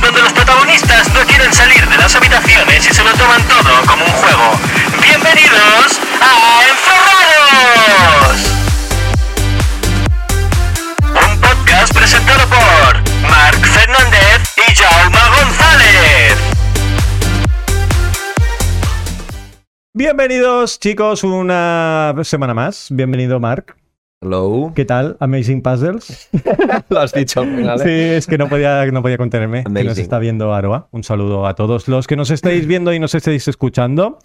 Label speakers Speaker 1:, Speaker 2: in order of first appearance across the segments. Speaker 1: cuando los protagonistas no quieren salir de las habitaciones y se lo toman todo como un juego. Bienvenidos a Enferrados. Un podcast presentado por Marc Fernández y Jaume González.
Speaker 2: Bienvenidos, chicos, una semana más. Bienvenido, Marc.
Speaker 3: Hello.
Speaker 2: ¿Qué tal? Amazing Puzzles.
Speaker 3: Lo has dicho. ¿vale?
Speaker 2: Sí, es que no podía, no podía contenerme. Que nos
Speaker 3: Amazing.
Speaker 2: está viendo Aroa. Un saludo a todos los que nos estáis viendo y nos estáis escuchando.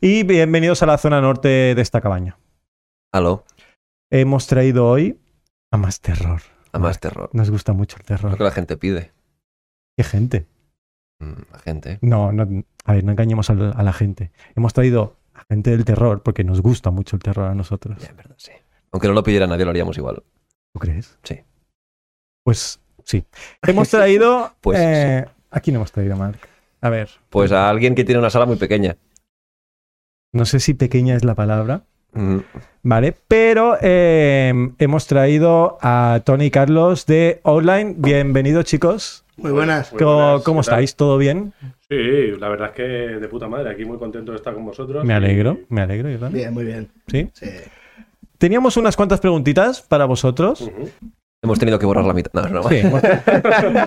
Speaker 2: Y bienvenidos a la zona norte de esta cabaña.
Speaker 3: Hello.
Speaker 2: Hemos traído hoy a más terror.
Speaker 3: A más terror.
Speaker 2: Nos gusta mucho el
Speaker 3: Lo
Speaker 2: terror.
Speaker 3: que la gente pide.
Speaker 2: ¡Qué gente!
Speaker 3: Mm, La gente.
Speaker 2: No, no, a ver, no engañemos al- a, la gente. Hemos traído a gente del terror porque nos gusta mucho el terror a nosotros.
Speaker 3: Ya, en verdad, sí. Aunque no lo pidiera nadie, lo haríamos igual.
Speaker 2: ¿Tú crees?
Speaker 3: Sí.
Speaker 2: Pues sí. Hemos traído.
Speaker 3: Pues
Speaker 2: eh, ¿A quién hemos traído, Marc? A ver.
Speaker 3: Pues a alguien que tiene una sala muy pequeña.
Speaker 2: No sé si pequeña es la palabra,
Speaker 3: Mm,
Speaker 2: ¿vale? Pero eh, hemos traído a Tony y Carlos de Online. Bienvenidos, chicos.
Speaker 4: Muy buenas.
Speaker 5: Muy
Speaker 2: ¿Cómo,
Speaker 5: buenas,
Speaker 2: cómo
Speaker 5: ¿qué tal?
Speaker 2: estáis? ¿Todo bien?
Speaker 5: Sí, la verdad es que de puta madre, aquí muy contento de estar con vosotros.
Speaker 2: Me alegro, me alegro, yo también.
Speaker 4: Bien, muy bien.
Speaker 2: Sí.
Speaker 4: Sí.
Speaker 2: Teníamos unas cuantas preguntitas para vosotros.
Speaker 5: Ujú.
Speaker 3: Hemos tenido que borrar la mitad. No, es broma.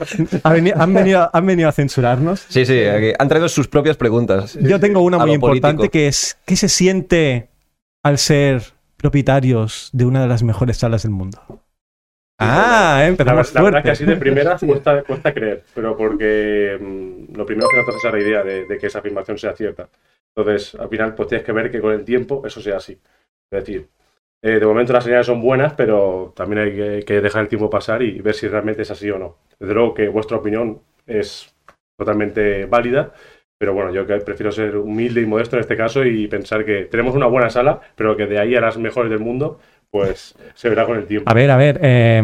Speaker 2: Sí. Ha veni- han, venido, han venido a censurarnos.
Speaker 3: Sí, sí, aquí. Han traído sus propias preguntas.
Speaker 2: Yo tengo una
Speaker 3: A lo
Speaker 2: muy importante
Speaker 3: político.
Speaker 2: que es ¿qué se siente al ser propietarios de una de las mejores salas del mundo? Ah, eh,
Speaker 5: La,
Speaker 2: empezamos
Speaker 5: la verdad es
Speaker 2: fuerte.
Speaker 5: que así de primeras cuesta, cuesta creer, pero porque mm, lo primero que no te haces a la idea de, de que esa afirmación sea cierta. Entonces, al final, pues tienes que ver que con el tiempo eso sea así. Es decir, eh, de momento las señales son buenas, pero también hay que, que dejar el tiempo pasar y ver si realmente es así o no. Desde luego que vuestra opinión es totalmente válida, pero bueno, yo que prefiero ser humilde y modesto en este caso y pensar que tenemos una buena sala, pero que de ahí a las mejores del mundo, pues se verá con el tiempo.
Speaker 2: A ver, a ver, eh,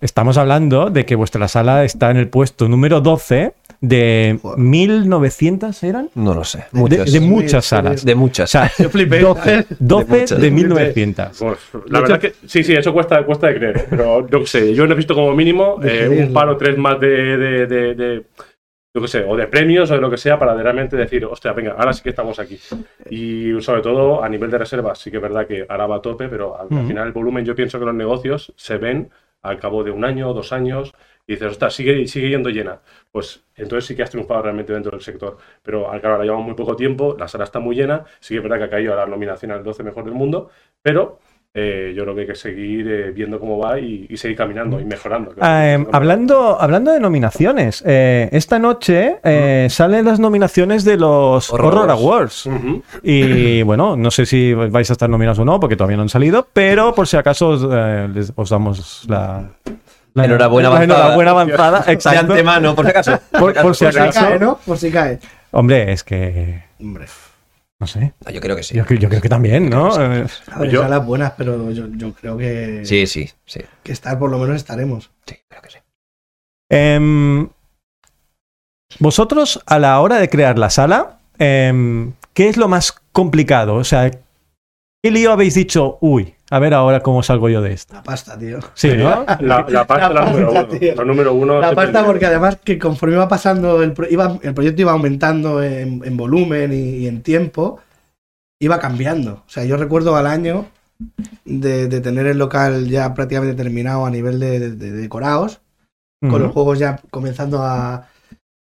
Speaker 2: estamos hablando de que vuestra sala está en el puesto número 12 de
Speaker 4: Joder.
Speaker 2: 1900 eran
Speaker 3: No lo sé.
Speaker 2: De-
Speaker 3: Muchas.
Speaker 2: de, muchas salas.
Speaker 3: De muchas.
Speaker 2: O sea,
Speaker 4: Yo flipé.
Speaker 2: 12, 12
Speaker 3: muchas.
Speaker 2: de 1900.
Speaker 5: Pues, la verdad que sí, sí, eso cuesta, cuesta de creer, pero yo qué sé, yo necesito como mínimo eh, un par o tres más de, de, de- de- yo qué sé, o de premios o de lo que sea para realmente decir, hostia, venga, ahora sí que estamos aquí. Y sobre todo a nivel de reservas, sí que es verdad que ahora va a tope, pero al, al
Speaker 2: Ujú.
Speaker 5: final el volumen, yo pienso que los negocios se ven al cabo de un año, dos años, y dices, hostia, sigue, sigue yendo llena. Pues entonces sí que has triunfado realmente dentro del sector. Pero al claro, ahora llevamos muy poco tiempo, la sala está muy llena, sí que es verdad que ha caído a la nominación al 12 mejor del mundo, pero eh, yo creo que hay que seguir eh, viendo cómo va y, y seguir caminando y mejorando.
Speaker 2: Ah, eh, hablando, hablando de nominaciones, eh, esta noche eh, salen las nominaciones de los Horror,
Speaker 3: Horror
Speaker 2: Awards.
Speaker 5: Ujú.
Speaker 2: Y bueno, no sé si vais a estar nominados o no, porque todavía no han salido, pero por si acaso os, eh, les- os damos la, la-
Speaker 3: Enhorabuena
Speaker 2: la
Speaker 3: avanzada.
Speaker 2: enhorabuena avanzada,
Speaker 3: De
Speaker 2: exacto.
Speaker 3: antemano, por si acaso.
Speaker 2: Por, por si
Speaker 4: Por si
Speaker 2: acaso.
Speaker 4: cae, ¿no? Por si cae.
Speaker 2: Hombre, es que.
Speaker 4: Hombre.
Speaker 2: No sé.
Speaker 3: No, yo creo que sí.
Speaker 2: Yo, cre- yo creo que también, ¿no? Eh,
Speaker 4: A ver,
Speaker 5: Yo-
Speaker 4: salas buenas, pero yo, yo creo que,
Speaker 3: Sí, sí, sí.
Speaker 4: que estar por lo menos estaremos.
Speaker 3: Sí, creo que sí.
Speaker 2: em, vosotros, a la hora de crear la sala, em, ¿qué es lo más complicado? O sea, ¿qué lío habéis dicho? Uy, a ver ahora cómo salgo yo de esta.
Speaker 4: La pasta, tío.
Speaker 2: Sí, ¿no?
Speaker 5: La, la pasta, la,
Speaker 4: La
Speaker 5: número
Speaker 4: pasta,
Speaker 5: uno.
Speaker 4: tío.
Speaker 5: La número uno
Speaker 4: La
Speaker 5: siempre
Speaker 4: pasta
Speaker 5: es-
Speaker 4: porque además que conforme iba pasando, el, pro- iba- el proyecto iba aumentando en, en volumen y, y en tiempo, iba cambiando. O sea, yo recuerdo al año de, de tener el local ya prácticamente terminado a nivel de, de- de decorados, con los
Speaker 2: Ujú.
Speaker 4: juegos ya comenzando a, a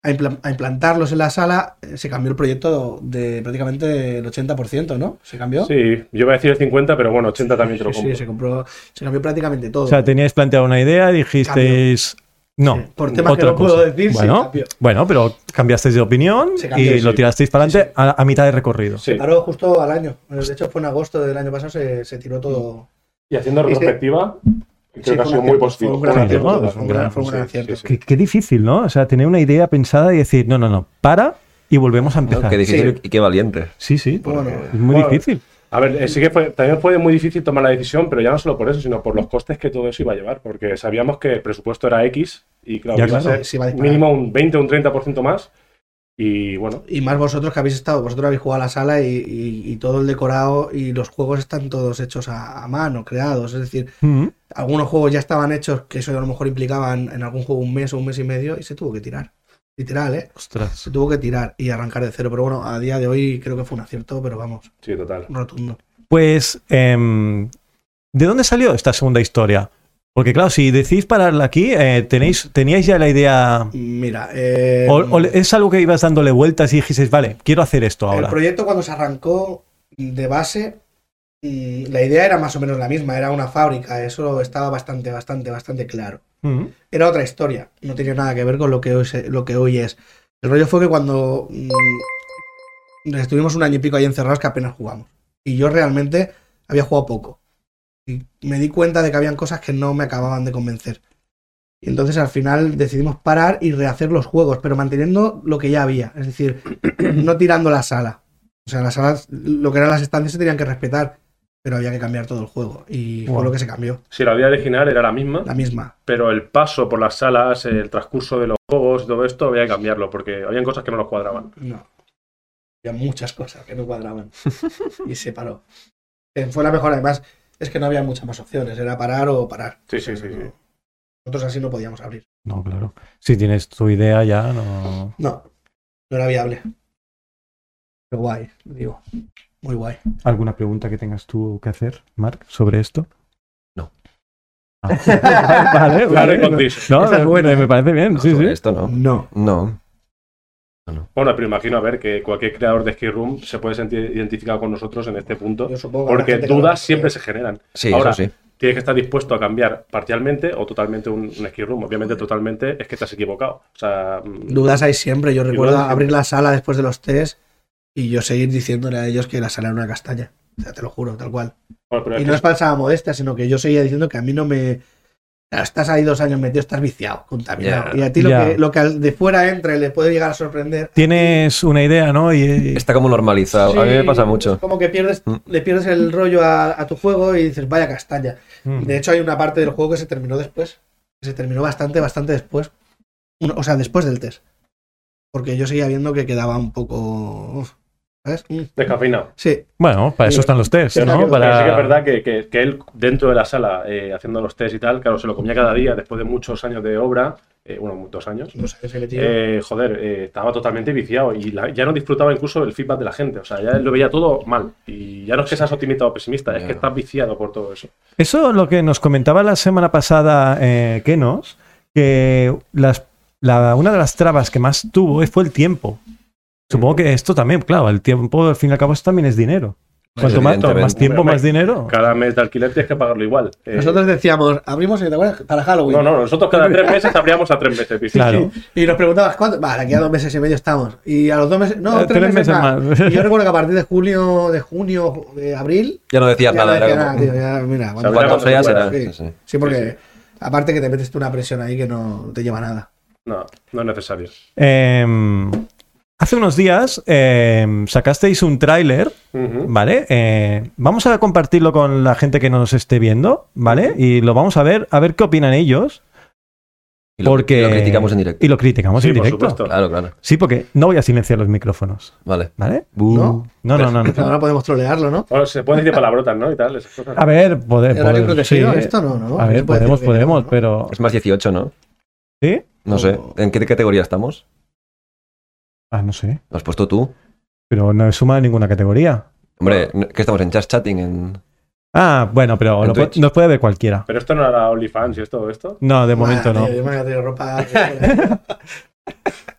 Speaker 4: impla- a implantarlos en la sala, eh, se cambió el proyecto de prácticamente el 80%, ¿no? ¿Se cambió?
Speaker 5: Sí, yo iba a decir el 50, pero bueno, 80 también te lo
Speaker 4: Sí,
Speaker 5: compro.
Speaker 4: sí, se, compró, se cambió prácticamente todo.
Speaker 2: O sea, teníais planteado una idea, dijisteis. No.
Speaker 4: Sí, Por temas que
Speaker 2: otra
Speaker 4: no puedo
Speaker 2: cosa.
Speaker 4: decir, se
Speaker 2: bueno,
Speaker 4: cambió.
Speaker 2: bueno, pero cambiasteis de opinión
Speaker 4: Se cambió,
Speaker 2: y
Speaker 4: sí.
Speaker 2: lo tirasteis para adelante a, a mitad de recorrido.
Speaker 5: Sí.
Speaker 4: Paró justo al año. Bueno, De hecho, fue en agosto del año pasado, se, se tiró todo.
Speaker 5: Y haciendo
Speaker 4: Y se-
Speaker 5: retrospectiva, creo
Speaker 4: Sí,
Speaker 5: que
Speaker 4: fue
Speaker 5: ha sido
Speaker 4: un
Speaker 5: muy
Speaker 4: acierto,
Speaker 5: positivo.
Speaker 4: fue un gran
Speaker 2: acierto,
Speaker 5: total,
Speaker 2: fue un gran-
Speaker 4: fue un gran
Speaker 5: sí, sí,
Speaker 4: acierto.
Speaker 5: sí.
Speaker 2: Qué, qué difícil, ¿no? O sea, tener una idea pensada y decir, no, no, no, para y volvemos a
Speaker 3: No,
Speaker 2: empezar.
Speaker 3: Qué difícil y qué valiente.
Speaker 2: Sí,
Speaker 5: Mm,
Speaker 2: sí.
Speaker 4: Bueno,
Speaker 2: Es muy
Speaker 5: Bueno,
Speaker 2: difícil.
Speaker 5: A ver, eh, sí que fue, también fue muy difícil tomar la decisión, pero ya no solo por eso, sino por los costes que todo eso iba a llevar, porque sabíamos que el presupuesto era X y claro,
Speaker 2: Ya,
Speaker 5: iba
Speaker 2: claro.
Speaker 5: a
Speaker 4: Se iba a
Speaker 5: ser
Speaker 4: disparar.
Speaker 5: mínimo un 20 o un 30% más. Y bueno,
Speaker 4: y más vosotros que habéis estado, vosotros habéis jugado a la sala y, y- y todo el decorado y los juegos están todos hechos a, a mano, creados. Es decir,
Speaker 2: Mm.
Speaker 4: algunos juegos ya estaban hechos, que eso a lo mejor implicaban en algún juego un mes o un mes y medio, y se tuvo que tirar. Literal, ¿eh?
Speaker 2: Ostras.
Speaker 4: Se tuvo que tirar y arrancar de cero. Pero bueno, a día de hoy creo que fue un acierto, pero vamos,
Speaker 5: Sí, total.
Speaker 4: rotundo.
Speaker 2: Pues, em, ¿de dónde salió esta segunda historia? Porque claro, si decís pararla aquí, eh, tenéis, teníais ya la idea...
Speaker 4: Mira, eh,
Speaker 2: O, o le- es algo que ibas dándole vueltas y dijisteis, vale, quiero hacer esto
Speaker 4: el
Speaker 2: ahora.
Speaker 4: proyecto cuando se arrancó de base, mm, la idea era más o menos la misma, era una fábrica, eso estaba bastante, bastante, bastante claro.
Speaker 2: Ujú.
Speaker 4: era otra historia, no tenía nada que ver con lo que hoy, se- lo que hoy es. El rollo fue que cuando mm, estuvimos un año y pico ahí encerrados que apenas jugamos. Y yo realmente había jugado poco. Y me di cuenta de que habían cosas que no me acababan de convencer. Y entonces al final decidimos parar y rehacer los juegos, pero manteniendo lo que ya había. Es decir, no tirando la sala. O sea, las salas, lo que eran las estancias se tenían que respetar, pero había que cambiar todo el juego. Y
Speaker 2: Guau.
Speaker 4: fue lo que se cambió.
Speaker 5: Si la idea original era la misma,
Speaker 4: La misma.
Speaker 5: pero el paso por las salas, el transcurso de los juegos y todo esto había que cambiarlo porque habían cosas que no nos cuadraban.
Speaker 4: No. Había muchas cosas que no cuadraban. y se paró. Eh, Fue la mejor, además, es que no había muchas más opciones. Era parar o parar.
Speaker 5: Sí, sí, sí, sí.
Speaker 4: No. Nosotros así no podíamos abrir.
Speaker 2: No, claro. Si tienes tu idea ya, no...
Speaker 4: No. No era viable. Pero guay, digo. Muy guay.
Speaker 2: ¿Alguna pregunta que tengas tú que hacer, Marc, sobre esto?
Speaker 3: No.
Speaker 2: Ah. vale,
Speaker 5: Claro,
Speaker 2: vale.
Speaker 5: y conciso.
Speaker 2: No,
Speaker 4: Esa es buena.
Speaker 2: me parece bien, sí,
Speaker 3: Sobre
Speaker 2: sí.
Speaker 3: Esto no.
Speaker 4: No.
Speaker 3: No.
Speaker 5: Bueno, pero imagino a ver que cualquier creador de Ski Room se puede sentir identificado con nosotros en este punto,
Speaker 4: Yo supongo que habrá
Speaker 5: porque
Speaker 4: gente que lo-
Speaker 5: dudas siempre se generan.
Speaker 3: Sí,
Speaker 5: Ahora,
Speaker 3: eso sí.
Speaker 5: Tienes que estar dispuesto a cambiar parcialmente o totalmente un, un Ski Room. Obviamente, totalmente es que estás equivocado. O sea, mm,
Speaker 4: Dudas hay siempre. Yo recuerdo
Speaker 5: dudas siempre.
Speaker 4: abrir la sala después de los test y yo seguir diciéndole a ellos que la sala era una castaña. O sea, te lo juro, tal cual.
Speaker 5: bueno, pero es
Speaker 4: Y
Speaker 5: que-
Speaker 4: no es falsa modestia, sino que yo seguía diciendo que a mí no me. Claro, Estás ahí dos años metido, estás viciado, contaminado.
Speaker 3: Ya.
Speaker 4: Y a ti lo,
Speaker 2: Ya.
Speaker 4: que, lo que al de fuera entra y le puede llegar a sorprender.
Speaker 2: Tienes una idea, ¿no? Y, y-
Speaker 3: Está como normalizado. a mí me
Speaker 4: Sí,
Speaker 3: pasa
Speaker 4: es
Speaker 3: mucho.
Speaker 4: Como que pierdes,
Speaker 3: Mm.
Speaker 4: le pierdes el rollo a, a tu juego y dices, vaya castaña.
Speaker 2: Mm.
Speaker 4: De hecho, hay una parte del juego que se terminó después. que se terminó bastante, bastante después. Uno- O sea, después del test. Porque yo seguía viendo que quedaba un poco. uf, ¿Sabes? Mm,
Speaker 5: descafeinado.
Speaker 4: Sí,
Speaker 2: Bueno, para eso
Speaker 4: Sí.
Speaker 2: están los tests,
Speaker 4: Sí,
Speaker 2: ¿no?
Speaker 4: claro,
Speaker 5: Pero sí que es
Speaker 2: Para...
Speaker 5: verdad que, que- que él, dentro de la sala, eh, haciendo los test y tal, claro, se lo comía cada día después de muchos años de obra, eh, bueno, dos años.
Speaker 4: no sé, se le tiró.
Speaker 5: Eh, joder, eh, estaba totalmente viciado y la- ya no disfrutaba incluso el feedback de la gente. O sea, ya lo veía todo mal. Y ya no es que seas optimista o pesimista, es
Speaker 3: Ya.
Speaker 5: que estás viciado por todo eso.
Speaker 2: Eso es lo que nos comentaba la semana pasada eh, Kenos, que las, la- una de las trabas que más tuvo fue el tiempo. Supongo que esto también, claro, el tiempo al fin y al cabo esto también es dinero. Cuanto más,
Speaker 3: Pues evidentemente.
Speaker 2: más tiempo, más dinero.
Speaker 5: Cada mes de alquiler tienes que pagarlo igual. Eh,
Speaker 4: Nosotros decíamos, abrimos, ¿te acuerdas? Para Halloween.
Speaker 5: No, no, nosotros cada tres meses abríamos a tres meses. piso.
Speaker 2: Claro.
Speaker 4: Y nos preguntabas cuánto. Vale, aquí a dos meses y medio estamos. Y a los dos meses. No,
Speaker 2: Eh,
Speaker 4: tres, meses, más.
Speaker 2: más.
Speaker 4: Y yo recuerdo que a partir de junio, de junio, de abril.
Speaker 3: Ya no decías
Speaker 4: no
Speaker 3: nada. Era
Speaker 4: decía
Speaker 3: como,
Speaker 4: nada, tío, ya, mira, cuando-
Speaker 3: Cuanto
Speaker 5: Sabrá cuando
Speaker 3: sea,
Speaker 5: se pueda,
Speaker 3: será.
Speaker 4: sí.
Speaker 3: Sí, sí.
Speaker 4: Sí, porque aparte que te metes tú una presión ahí que no te lleva a nada.
Speaker 5: No, no es necesario.
Speaker 2: Em, hace unos días em, sacasteis un tráiler
Speaker 5: Ujú.
Speaker 2: ¿Vale? eh, vamos a compartirlo con la gente que nos esté viendo, ¿vale? Y lo vamos a ver, a ver qué opinan ellos.
Speaker 3: Y lo-
Speaker 2: porque...
Speaker 3: y lo criticamos en directo.
Speaker 2: Y lo criticamos
Speaker 5: Sí,
Speaker 2: en
Speaker 5: por
Speaker 2: directo.
Speaker 5: supuesto.
Speaker 3: Claro, claro.
Speaker 2: Sí, porque no voy a silenciar los micrófonos,
Speaker 3: Vale.
Speaker 2: ¿vale?
Speaker 4: ¿No?
Speaker 2: No, no, no. no.
Speaker 4: Ahora podemos trolearlo, ¿no?
Speaker 5: Bueno, se pueden decir palabrotas, ¿no? Y tal, esas cosas.
Speaker 3: Ah.
Speaker 2: A ver, poder,
Speaker 4: ¿El horario
Speaker 2: poder-
Speaker 4: protegido?
Speaker 2: Eh, pues, sí.
Speaker 4: Esto no, ¿no?
Speaker 2: A
Speaker 4: No
Speaker 2: ver,
Speaker 4: se puede
Speaker 2: podemos,
Speaker 4: decir que no,
Speaker 2: podemos,
Speaker 4: ¿no?
Speaker 2: pero...
Speaker 3: Es más 18, ¿no?
Speaker 2: ¿Sí?
Speaker 3: No sé.
Speaker 5: Oh.
Speaker 3: ¿En qué categoría estamos?
Speaker 2: Ah, no sé.
Speaker 3: ¿Lo has puesto tú?
Speaker 2: Pero no suma ninguna categoría.
Speaker 5: Ah.
Speaker 3: Hombre, no- que estamos en chat chatting, en...
Speaker 2: Ah, bueno, pero
Speaker 3: En
Speaker 2: lo pu-
Speaker 3: Twitch.
Speaker 2: nos puede ver cualquiera.
Speaker 5: Pero esto no era OnlyFans y esto, esto.
Speaker 2: No, de momento
Speaker 4: Madre,
Speaker 2: no.
Speaker 4: Yo me voy a tener ropa.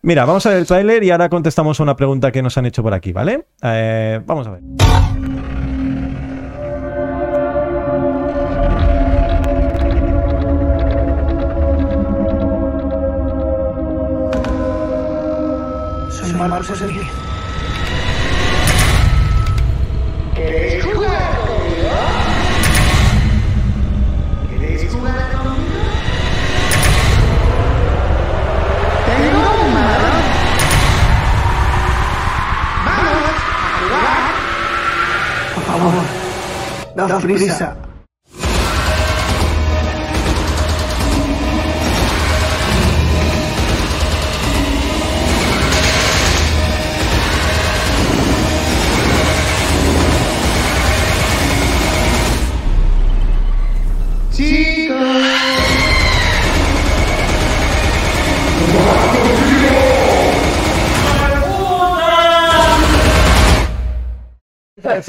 Speaker 2: Mira, vamos a ver el tráiler y ahora contestamos a una pregunta que nos han hecho por aquí, ¿vale? Eh, vamos a ver.
Speaker 6: Soy Marcos Enriquez. ¿Queréis jugar conmigo? ¿Queréis jugar conmigo? Tengo un marrón. Vamos a jugar. Por favor, daos prisa.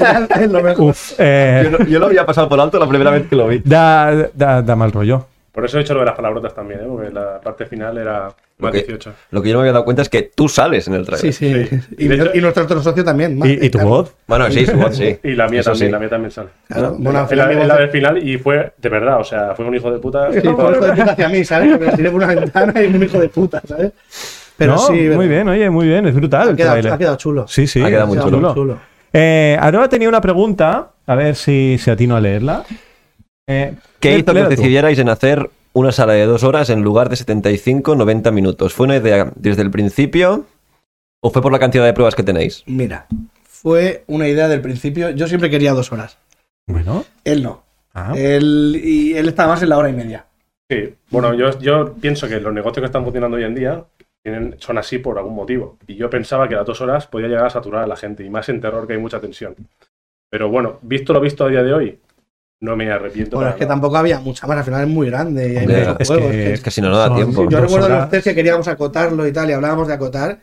Speaker 4: ¡Vamos! es lo mejor.
Speaker 2: Uf, eh,
Speaker 3: Yo, no- yo lo había pasado por alto la primera vez que lo vi.
Speaker 2: da, da, da mal rollo.
Speaker 5: Por eso he hecho lo de las palabrotas también, ¿eh? porque la parte final era más
Speaker 3: que-
Speaker 5: 18.
Speaker 3: Lo que yo no me había dado cuenta es que tú sales en el trailer.
Speaker 4: Sí, sí.
Speaker 5: Sí.
Speaker 4: Y,
Speaker 5: De hecho-
Speaker 4: y nuestro otro socio también. más,
Speaker 2: ¿Y, y tu
Speaker 4: claro.
Speaker 2: voz?
Speaker 3: Bueno, sí, su voz, sí.
Speaker 5: Y la mía
Speaker 3: Eso
Speaker 5: también,
Speaker 3: sí.
Speaker 5: la mía también sale.
Speaker 4: Claro. Bueno, al
Speaker 5: Es la,
Speaker 4: final mi
Speaker 5: es
Speaker 4: voz
Speaker 5: la
Speaker 4: es-
Speaker 5: del final y fue de verdad, o sea, fue un hijo de puta.
Speaker 4: Sí,
Speaker 5: Todo-
Speaker 4: fue un hijo de puta hacia mí, ¿sabes? Que me lo tiré por una ventana y un hijo de puta, ¿sabes? Pero
Speaker 2: No,
Speaker 4: sí,
Speaker 2: muy bien, oye, muy bien, es brutal.
Speaker 4: Ha
Speaker 2: el
Speaker 4: quedado,
Speaker 2: tráiler.
Speaker 4: ha quedado chulo.
Speaker 2: Sí, sí,
Speaker 3: Ha quedado muy
Speaker 2: es
Speaker 4: chulo. Chulo.
Speaker 2: Eh, Aroa tenía una pregunta, a ver si se atino a leerla. Eh,
Speaker 3: ¿Qué
Speaker 2: lé-
Speaker 3: hizo que
Speaker 2: léela
Speaker 3: os
Speaker 2: tú.
Speaker 3: decidierais en hacer una sala de dos horas en lugar de 75-90 minutos? ¿Fue una idea desde el principio o fue por la cantidad de pruebas que tenéis?
Speaker 4: Mira, fue una idea del principio. Yo siempre quería dos horas.
Speaker 2: Bueno,
Speaker 4: Él no.
Speaker 2: ah,
Speaker 4: Él, y él estaba más en la hora y media.
Speaker 5: Sí, bueno, yo, yo pienso que los negocios que están funcionando hoy en día tienen, son así por algún motivo. Y yo pensaba que las dos horas podía llegar a saturar a la gente, y más en terror que hay mucha tensión. Pero bueno, visto lo visto a día de hoy, no me arrepiento.
Speaker 4: Bueno,
Speaker 5: para
Speaker 4: es que
Speaker 5: nada.
Speaker 4: tampoco había mucha más. Al final es muy grande y hay
Speaker 3: Hombre,
Speaker 4: muchos
Speaker 2: es
Speaker 4: juegos.
Speaker 2: que-
Speaker 4: que-
Speaker 3: Es que si no, no da
Speaker 2: Son-
Speaker 3: tiempo.
Speaker 4: Yo
Speaker 2: dos
Speaker 4: recuerdo los
Speaker 2: horas.
Speaker 4: test que queríamos acotarlo y tal, y hablábamos de acotar.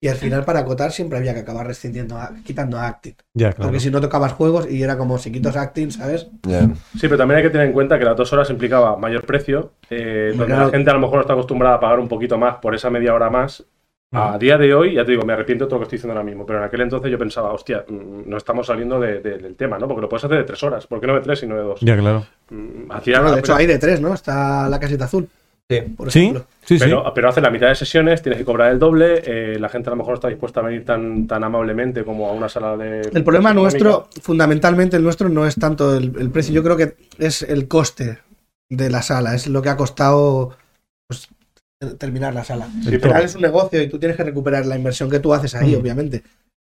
Speaker 4: Y al final, para acotar, siempre había que acabar rescindiendo, a- quitando acting.
Speaker 2: ya, claro.
Speaker 4: Porque si no tocabas juegos y era como si quitas acting, ¿sabes?
Speaker 3: Ya.
Speaker 5: Sí, pero también hay que tener en cuenta que las dos horas implicaba mayor precio, eh, donde
Speaker 4: Claro.
Speaker 5: la gente a lo mejor está acostumbrada a pagar un poquito más por esa media hora más. A día de hoy, ya te digo, me arrepiento de todo lo que estoy diciendo ahora mismo, pero en aquel entonces yo pensaba, hostia, mm, no estamos saliendo de- de- del tema, ¿no? Porque lo puedes hacer de tres horas, ¿por qué no de tres y no de dos?
Speaker 2: Ya, claro.
Speaker 5: Mm, hacía-
Speaker 4: Bueno, Ah, de hecho, hay de tres, ¿no? Está la caseta azul.
Speaker 3: Sí.
Speaker 4: por
Speaker 2: Sí,
Speaker 4: ejemplo.
Speaker 2: sí, sí.
Speaker 5: Pero, pero haces la mitad de sesiones, tienes que cobrar el doble, eh, la gente a lo mejor no está dispuesta a venir tan, tan amablemente como a una sala de...
Speaker 4: El problema
Speaker 5: económica.
Speaker 4: nuestro, fundamentalmente el nuestro, no es tanto el, el precio. Yo creo que es el coste de la sala, es lo que ha costado pues, ter- terminar la sala.
Speaker 5: Sí,
Speaker 4: Al
Speaker 5: pero,
Speaker 4: final es un negocio y tú tienes que recuperar la inversión que tú haces ahí, obviamente.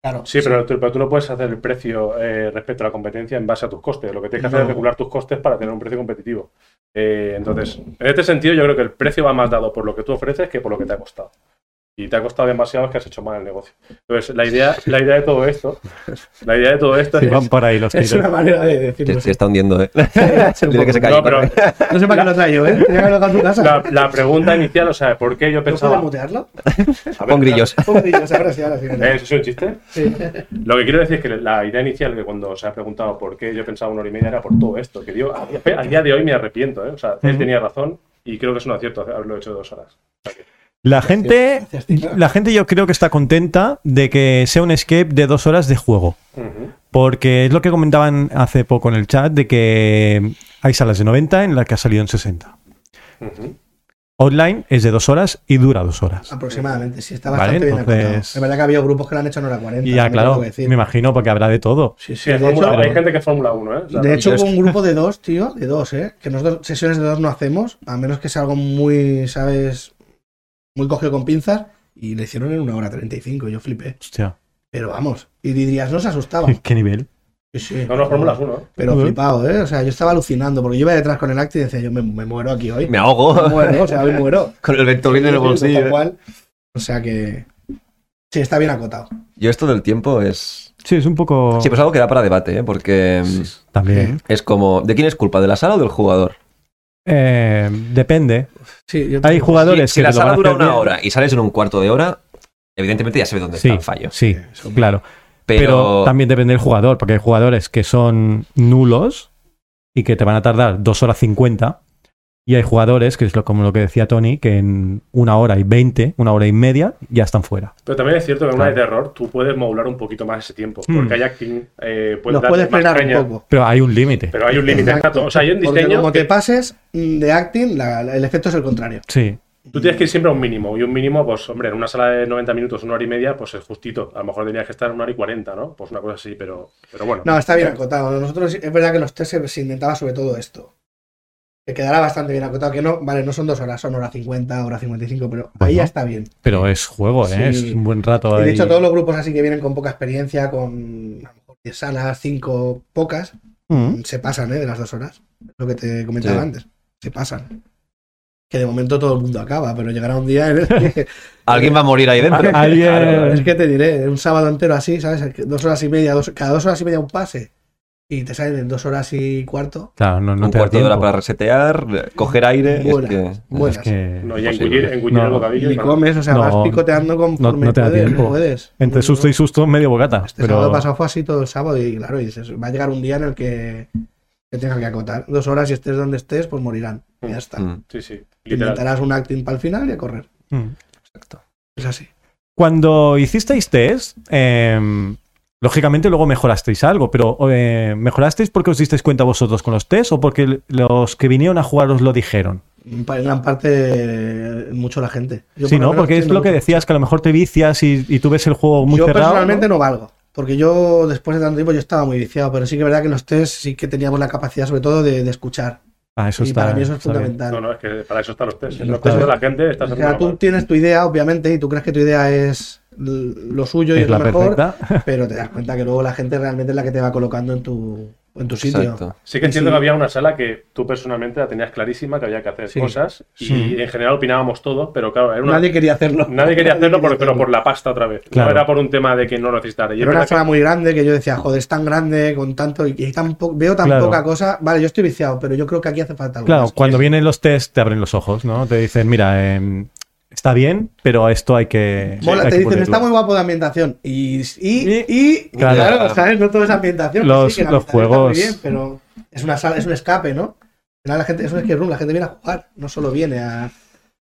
Speaker 4: Claro.
Speaker 5: sí, pero tú, pero tú no puedes hacer el precio eh, respecto a la competencia en base a tus costes. Lo que tienes que hacer
Speaker 4: No.
Speaker 5: es regular tus costes para tener un precio competitivo. Eh, entonces, en este sentido yo creo que el precio va más dado por lo que tú ofreces que por lo que te ha costado. Y te ha costado demasiado es que has hecho mal el negocio. Entonces, la idea, la idea de todo esto, la idea de todo esto
Speaker 2: Sí,
Speaker 5: es...
Speaker 2: van por ahí los
Speaker 4: Es
Speaker 2: tiros.
Speaker 4: una manera de decirlo.
Speaker 3: Te, te está hundiendo, ¿eh? Dile que se ¿eh? calle.
Speaker 5: No, pero
Speaker 3: corre.
Speaker 4: No sé para qué lo traigo, ¿eh? Tenía que haberlo dejado en tu casa.
Speaker 5: la, la pregunta inicial, o sea, ¿por qué yo
Speaker 4: ¿No puedo
Speaker 5: pensaba...
Speaker 4: mutearlo?
Speaker 5: A ver,
Speaker 3: Pon grillos.
Speaker 4: Pobrecillos, ahora sí, ahora sí.
Speaker 5: ¿Eh? ¿Eso es un chiste?
Speaker 4: Sí.
Speaker 5: Lo que quiero decir es que la idea inicial, que cuando se ha preguntado por qué yo pensaba una hora y media, era por todo esto. Que digo, a día- a día de hoy me arrepiento, ¿eh? O sea, él
Speaker 2: Ujú.
Speaker 5: tenía razón y creo que es un acierto haberlo hecho de dos horas.
Speaker 2: La gente, la gente yo creo que está contenta de que sea un escape de dos horas de juego. Porque es lo que comentaban hace poco en el chat de que hay salas de 90 en las que ha salido en 60.
Speaker 5: Ujú.
Speaker 2: Online es de dos horas y dura dos
Speaker 4: Ah,
Speaker 2: horas.
Speaker 4: Aproximadamente, sí, está
Speaker 2: Vale,
Speaker 4: bastante bien
Speaker 2: entonces-
Speaker 4: acotado. Es verdad que ha habido grupos que lo han hecho en hora 40.
Speaker 2: Y ya,
Speaker 4: pues, también tengo
Speaker 2: claro,
Speaker 4: que decir.
Speaker 2: me imagino porque habrá de todo.
Speaker 4: Sí, sí,
Speaker 5: Sí,
Speaker 4: de
Speaker 5: es Fórmula-
Speaker 4: hecho-
Speaker 5: hay gente que es Fórmula 1, ¿eh? O sea,
Speaker 4: De hecho,
Speaker 3: es-
Speaker 4: hubo un grupo de dos, tío, de dos, ¿eh? Que nosotros sesiones de dos no hacemos, a menos que sea algo muy, ¿sabes? Muy cogido con pinzas, y le hicieron en una hora 35, yo flipé.
Speaker 2: Hostia,
Speaker 4: Pero vamos, y dirías, no se asustaba.
Speaker 2: qué nivel.
Speaker 4: Sí, sí.
Speaker 5: no, no, Fórmula 1, ¿eh?
Speaker 4: Pero
Speaker 2: Ujú.
Speaker 4: flipado, ¿eh? O sea, yo estaba alucinando, porque yo iba detrás con el acto y decía, yo me, me muero aquí hoy.
Speaker 3: Me
Speaker 4: Me
Speaker 3: ahogo
Speaker 4: muero, o sea, hoy muero.
Speaker 3: con el ventolín en el
Speaker 4: Tal
Speaker 5: ¿eh?
Speaker 3: bolsillo.
Speaker 4: cual. O sea que. Sí, está bien acotado.
Speaker 3: Yo esto del tiempo es...
Speaker 2: Sí, es un poco...
Speaker 3: Sí, pues algo que da para debate, ¿eh? Porque mm,
Speaker 2: También.
Speaker 3: es como... ¿De quién es culpa? ¿De la sala o del jugador?
Speaker 2: Eh, depende.
Speaker 4: Sí, yo
Speaker 2: Hay jugadores
Speaker 3: Si, si
Speaker 2: que
Speaker 3: la
Speaker 2: te lo van
Speaker 3: sala
Speaker 2: a
Speaker 3: dura
Speaker 2: hacer
Speaker 3: una
Speaker 2: bien.
Speaker 3: hora y sales en un cuarto de hora, evidentemente ya se ve dónde
Speaker 2: Sí,
Speaker 3: está el fallo.
Speaker 2: sí,
Speaker 4: eso-
Speaker 2: claro. Pero...
Speaker 3: Pero,
Speaker 2: también depende del jugador, porque hay jugadores que son nulos y que te van a tardar dos horas 50. Y hay jugadores, que es lo, como lo que decía Tony, que en una hora y 20, una hora y media, ya están fuera.
Speaker 5: Pero también es cierto que en una
Speaker 2: Claro.
Speaker 5: vez de error tú puedes modular un poquito más ese tiempo.
Speaker 2: Mm.
Speaker 5: Porque hay acting, eh, puedes
Speaker 4: Los
Speaker 5: darle
Speaker 4: puedes
Speaker 5: más
Speaker 4: frenar un
Speaker 5: caña,
Speaker 4: poco.
Speaker 2: Pero hay un límite.
Speaker 5: Pero hay un límite.
Speaker 4: Exacto.
Speaker 5: exacto. O sea, hay un
Speaker 4: Porque
Speaker 5: diseño
Speaker 4: como
Speaker 5: que
Speaker 4: te pases mm, de acting, la- la- el efecto es el contrario.
Speaker 2: Sí.
Speaker 5: tú tienes que ir
Speaker 4: Mm.
Speaker 5: siempre a un mínimo. Y un mínimo, pues, hombre, en una sala de 90 minutos, una hora y media, pues es justito. A lo mejor tenías que estar una hora y 40, ¿no? Pues una cosa así, pero, pero bueno.
Speaker 4: No, está bien acotado. Nosotros es verdad que en los test se se intentaba sobre todo esto. Que quedará bastante bien acotado. Que no, vale, no son dos horas, son hora 50, hora 55, pero ahí
Speaker 2: Bueno.
Speaker 4: ya está bien.
Speaker 2: Pero es juego, ¿eh?
Speaker 4: Sí.
Speaker 2: Es un buen rato.
Speaker 4: Y de
Speaker 2: ahí.
Speaker 4: hecho, todos los grupos así que vienen con poca experiencia, con a lo mejor 10 salas, 5 pocas,
Speaker 2: Mm.
Speaker 4: se pasan ¿eh? de las dos horas. Lo que te comentaba
Speaker 3: Sí.
Speaker 4: antes. Se pasan. Que de momento todo el mundo acaba, pero llegará un día en el que.
Speaker 3: alguien va a morir ahí dentro.
Speaker 2: Alguien-
Speaker 3: Claro,
Speaker 4: es que te diré, un sábado entero así, ¿sabes? Dos horas y media, dos- cada dos horas y media un pase. y te salen en dos horas y cuarto.
Speaker 2: Claro, no, no
Speaker 3: un
Speaker 2: te da
Speaker 3: cuarto de hora
Speaker 2: tiempo.
Speaker 3: para resetear, coger aire. es
Speaker 4: Buenas,
Speaker 3: que-
Speaker 4: buenas.
Speaker 2: Es que-
Speaker 5: No, y
Speaker 3: Imposible.
Speaker 5: engullir, engullir
Speaker 2: No.
Speaker 5: el bocadillo.
Speaker 4: Y
Speaker 5: no.
Speaker 4: comes, o sea,
Speaker 2: No,
Speaker 4: vas picoteando
Speaker 2: no,
Speaker 4: conforme
Speaker 2: no te da
Speaker 4: puedes,
Speaker 2: tiempo.
Speaker 4: no puedes.
Speaker 2: Entre susto y susto, medio bocata.
Speaker 4: Este
Speaker 2: pero-
Speaker 4: sábado pasado fue así todo el sábado y claro, y dices, va a llegar un día en el que te tenga que acotar. Dos horas y estés donde estés, pues morirán. Y ya está.
Speaker 3: Mm.
Speaker 5: Sí, sí, literal.
Speaker 4: Intentarás un acting para el final y a correr.
Speaker 2: Mm.
Speaker 4: Es así.
Speaker 2: Cuando hicisteis test, em, lógicamente luego mejorasteis algo, pero eh, ¿mejorasteis porque os disteis cuenta vosotros con los test o porque l- los que vinieron a jugar os lo dijeron?
Speaker 4: En pa- en gran parte, eh, mucho la gente. Yo
Speaker 2: sí,
Speaker 4: por
Speaker 2: ¿no?
Speaker 4: menos
Speaker 2: Porque es
Speaker 4: entiendo
Speaker 2: lo que
Speaker 4: mucho.
Speaker 2: decías, que a lo mejor te vicias y, y tú ves el juego muy
Speaker 4: yo
Speaker 2: cerrado.
Speaker 4: personalmente no valgo. Porque yo, después de tanto tiempo, yo estaba muy viciado. Pero sí que es verdad que en los test sí que teníamos la capacidad, sobre todo, de, de escuchar.
Speaker 2: Ah, eso
Speaker 4: y
Speaker 2: está-
Speaker 4: para mí eso es
Speaker 2: está bien.
Speaker 4: fundamental.
Speaker 5: No, no, es que para eso están los test.
Speaker 4: Los
Speaker 5: Los test
Speaker 4: test.
Speaker 5: de la gente estás
Speaker 4: O sea, tú tienes tu idea, obviamente, y tú crees que tu idea es l- lo suyo y es,
Speaker 2: Es la
Speaker 4: lo mejor,
Speaker 2: perfecta.
Speaker 4: pero te das cuenta que luego la gente realmente es la que te va colocando en tu, en tu sitio.
Speaker 3: Exacto.
Speaker 5: Sí que entiendo
Speaker 4: Sí.
Speaker 5: que había una sala que tú personalmente la tenías clarísima, que había que hacer
Speaker 4: Sí.
Speaker 5: cosas y
Speaker 2: Sí.
Speaker 5: en general opinábamos todos, pero claro, era una-
Speaker 4: Nadie quería hacerlo.
Speaker 5: nadie quería hacerlo, por, pero por la pasta otra vez.
Speaker 2: Claro.
Speaker 5: No era por un tema de que no lo necesitara. Y es
Speaker 4: Era una
Speaker 5: verdad que-
Speaker 4: sala muy grande que yo decía, joder, es tan grande, con tanto, y, y tan po- veo tan
Speaker 2: Claro.
Speaker 4: poca cosa. Vale, yo estoy viciado, pero yo creo que aquí hace falta algo.
Speaker 2: Claro,
Speaker 4: más.
Speaker 2: cuando vienen los test te abren los ojos, ¿no? Te dicen, mira, em, está bien, pero a esto hay que.
Speaker 4: Mola,
Speaker 2: hay
Speaker 4: te
Speaker 2: que
Speaker 4: dicen,
Speaker 2: pulirlo".
Speaker 4: está muy guapo de ambientación. Y, y,
Speaker 2: Y-
Speaker 4: y-
Speaker 2: claro.
Speaker 4: claro, ¿sabes? No todo es ambientación. que
Speaker 2: Los-
Speaker 4: sí, que la
Speaker 2: los
Speaker 4: ambientación
Speaker 2: juegos-
Speaker 4: Está muy bien, pero es una sala, es un escape, ¿no? Al final La gente, es un escape room, la gente viene a jugar, no solo viene a,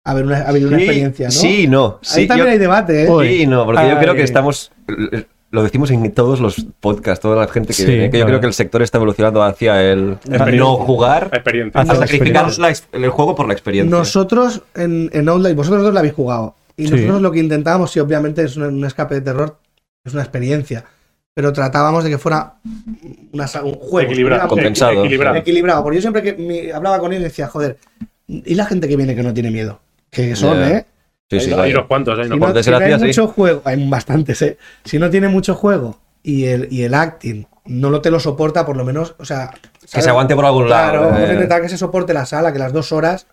Speaker 4: a ver una, a vivir una experiencia, ¿no?
Speaker 3: Sí, no.
Speaker 4: Ahí
Speaker 3: Sí,
Speaker 4: también
Speaker 3: yo-
Speaker 4: hay debate, ¿eh?
Speaker 2: Uy,
Speaker 3: Sí, no, porque yo creo que
Speaker 2: Ay.
Speaker 3: estamos. Lo decimos en todos los podcasts, toda la gente que
Speaker 2: Sí,
Speaker 3: viene, que yo
Speaker 2: claro.
Speaker 3: creo que el sector está evolucionando hacia el
Speaker 5: Experiencia.
Speaker 3: no jugar,
Speaker 5: experiencia.
Speaker 3: a
Speaker 2: Hacia la
Speaker 3: sacrificar la ex- el juego por la experiencia.
Speaker 4: Nosotros en, en Outlier, vosotros dos la habéis jugado. Y
Speaker 2: Sí.
Speaker 4: nosotros lo que intentábamos, sí, obviamente es un, un escape de terror, es una experiencia. Pero tratábamos de que fuera una, sa- un juego.
Speaker 5: Equilibrado.
Speaker 4: Era-
Speaker 3: Compensado.
Speaker 5: Equilibrado.
Speaker 4: equilibrado. Porque yo siempre que me- hablaba con él decía, joder, y la gente que viene que no tiene miedo. Que son,
Speaker 3: Ya.
Speaker 4: ¿eh?
Speaker 3: Sí, sí,
Speaker 5: hay,
Speaker 3: claro.
Speaker 5: hay unos cuantos, hay
Speaker 4: Si
Speaker 5: unos
Speaker 4: no,
Speaker 5: cuantos.
Speaker 3: por
Speaker 4: si no hay
Speaker 3: desgracia, sí.
Speaker 4: mucho juego, hay bastantes, ¿eh? Si no tiene mucho juego y el, y el acting no lo te lo soporta, por lo menos, o sea.
Speaker 3: Que
Speaker 4: ¿sabes?
Speaker 3: se aguante por algún
Speaker 4: Claro,
Speaker 3: lado.
Speaker 4: vamos a
Speaker 3: eh.
Speaker 4: intentar que se soporte la sala, que las dos horas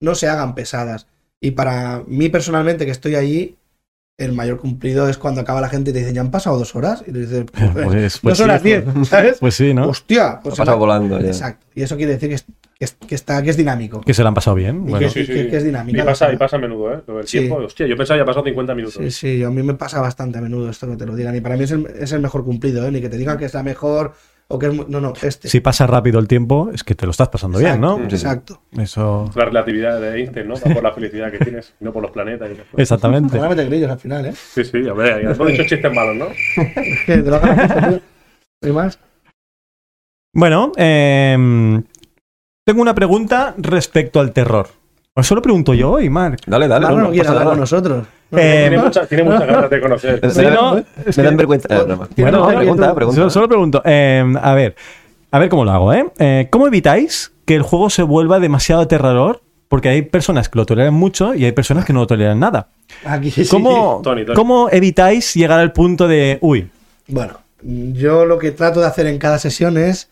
Speaker 4: no se hagan pesadas. Y para mí personalmente, que estoy allí, el mayor cumplido es cuando acaba la gente y te dicen, ¿ya han pasado dos horas? Y te dicen,
Speaker 2: Pues- pues
Speaker 4: dos
Speaker 2: sí,
Speaker 4: horas
Speaker 2: pues-
Speaker 4: diez, ¿sabes?
Speaker 2: Pues sí, ¿no?
Speaker 4: Hostia,
Speaker 3: Ha
Speaker 4: pues
Speaker 3: pasado
Speaker 4: se-
Speaker 3: volando ya.
Speaker 4: Exacto. Y eso quiere decir que es, que es- que está, que es dinámico.
Speaker 2: Que se la han pasado bien.
Speaker 4: Y
Speaker 2: Bueno,
Speaker 4: que
Speaker 5: Sí, sí,
Speaker 4: que-
Speaker 5: sí.
Speaker 4: que es dinámica
Speaker 5: Y
Speaker 4: la
Speaker 5: pasa,
Speaker 4: sala.
Speaker 5: y pasa a menudo, ¿eh? Lo del
Speaker 4: Sí.
Speaker 5: tiempo. Hostia, yo pensaba que había pasado 50 minutos.
Speaker 4: Sí, sí, a mí me pasa bastante a menudo esto que te lo digan. Y para mí es el, es el mejor cumplido, ¿eh? Ni que te digan que es la mejor o que es... mu- No, no, este.
Speaker 2: si pasa rápido el tiempo, es que te lo estás pasando bien,
Speaker 4: Exacto,
Speaker 2: ¿no?
Speaker 3: Sí, sí.
Speaker 4: Exacto.
Speaker 2: Eso.
Speaker 5: La relatividad de Einstein, ¿no? Va Por la felicidad que tienes, no por los planetas. y las cosas.
Speaker 2: Exactamente.
Speaker 4: Te van a meter grillos al final, ¿eh?
Speaker 5: Sí, sí, a ver, hemos dicho chistes malos, ¿no?
Speaker 4: Que te lo hagan a gusto, tío. No hay más?
Speaker 2: Bueno, em, tengo una pregunta respecto al terror. Eso lo pregunto yo hoy, Marc.
Speaker 3: Dale, dale.
Speaker 4: Marco
Speaker 3: no,
Speaker 4: no,
Speaker 3: no
Speaker 4: quiere
Speaker 3: pasa
Speaker 4: hablar con
Speaker 3: nada.
Speaker 4: nosotros. No,
Speaker 2: Eh,
Speaker 5: Tiene mucha- tiene muchas ganas de conocer.
Speaker 3: Me
Speaker 2: Sí,
Speaker 3: dan-
Speaker 2: no,
Speaker 3: me
Speaker 2: es
Speaker 3: dan
Speaker 2: que-
Speaker 3: vergüenza. Ah, no, no.
Speaker 4: Tiene
Speaker 3: Bueno,
Speaker 4: mucha
Speaker 3: pregunta,
Speaker 4: inquietud.
Speaker 3: pregunta.
Speaker 2: Solo, solo pregunto. em, a ver, a ver cómo lo hago, ¿eh? Eh, ¿Cómo evitáis que el juego se vuelva demasiado aterrador? Porque hay personas que lo toleran mucho y hay personas que no lo toleran nada.
Speaker 4: Aquí sí.
Speaker 2: ¿Cómo,
Speaker 5: Tony, Tony.
Speaker 2: ¿cómo evitáis llegar al punto de, uy,
Speaker 4: Bueno, yo lo que trato de hacer en cada sesión es.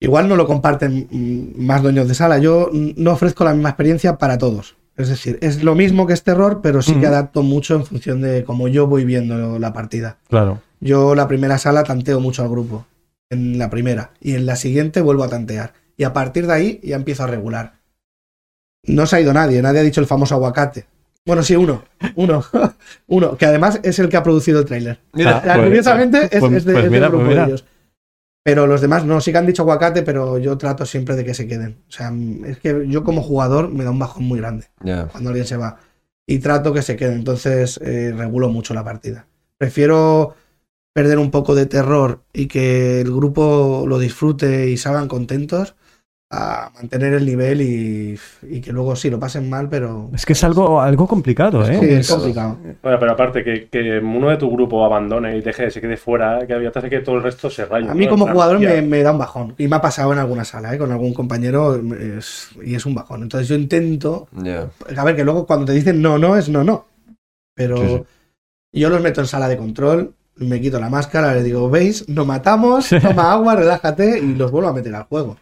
Speaker 4: Igual no lo comparten mm, más dueños de sala. Yo mm, no ofrezco la misma experiencia para todos. Es decir, es lo mismo que es terror, pero sí que
Speaker 2: Ujú.
Speaker 4: adapto mucho en función de cómo yo voy viendo la partida.
Speaker 2: claro,
Speaker 4: Yo la primera sala tanteo mucho al grupo. En la primera. Y en la siguiente vuelvo a tantear. Y a partir de ahí ya empiezo a regular. No se ha ido nadie. Nadie ha dicho el famoso aguacate. Bueno, sí, uno. Uno. uno. Que además es el que ha producido el tráiler.
Speaker 3: Mira,
Speaker 2: Ah,
Speaker 4: La-
Speaker 2: pues-
Speaker 4: curiosamente es,
Speaker 2: pues-
Speaker 4: es de,
Speaker 2: pues
Speaker 4: es del
Speaker 2: mira,
Speaker 4: grupo
Speaker 2: pues mira.
Speaker 4: de ellos. Pero los demás no, sí que han dicho aguacate, pero yo trato siempre de que se queden. O sea, mm, es que yo como jugador me da un bajón muy grande
Speaker 3: ya.
Speaker 4: cuando alguien se va. Y trato que se quede, entonces eh, regulo mucho la partida. Prefiero perder un poco de terror y que el grupo lo disfrute y salgan contentos a mantener el nivel y, y que luego sí lo pasen mal, pero
Speaker 2: es que es algo, algo complicado,
Speaker 4: sí,
Speaker 2: ¿eh?
Speaker 4: es
Speaker 2: Es-
Speaker 4: complicado.
Speaker 5: Bueno, pero aparte, que, que uno de tu grupo abandone y deje, se quede fuera, ¿eh? que había hace que todo el resto se raye.
Speaker 4: A mí
Speaker 5: ¿no?
Speaker 4: como
Speaker 5: En plan,
Speaker 4: jugador
Speaker 5: hostia,
Speaker 4: me, me da un bajón. Y me ha pasado en alguna sala, ¿eh? con algún compañero, es- y es un bajón. Entonces yo intento...
Speaker 3: ya.
Speaker 4: A ver, que luego cuando te dicen no, no, es no, no. Pero
Speaker 2: Sí,
Speaker 4: yo los meto en sala de control, me quito la máscara, les digo, veis, no matamos, toma agua, relájate, y los vuelvo a meter al juego.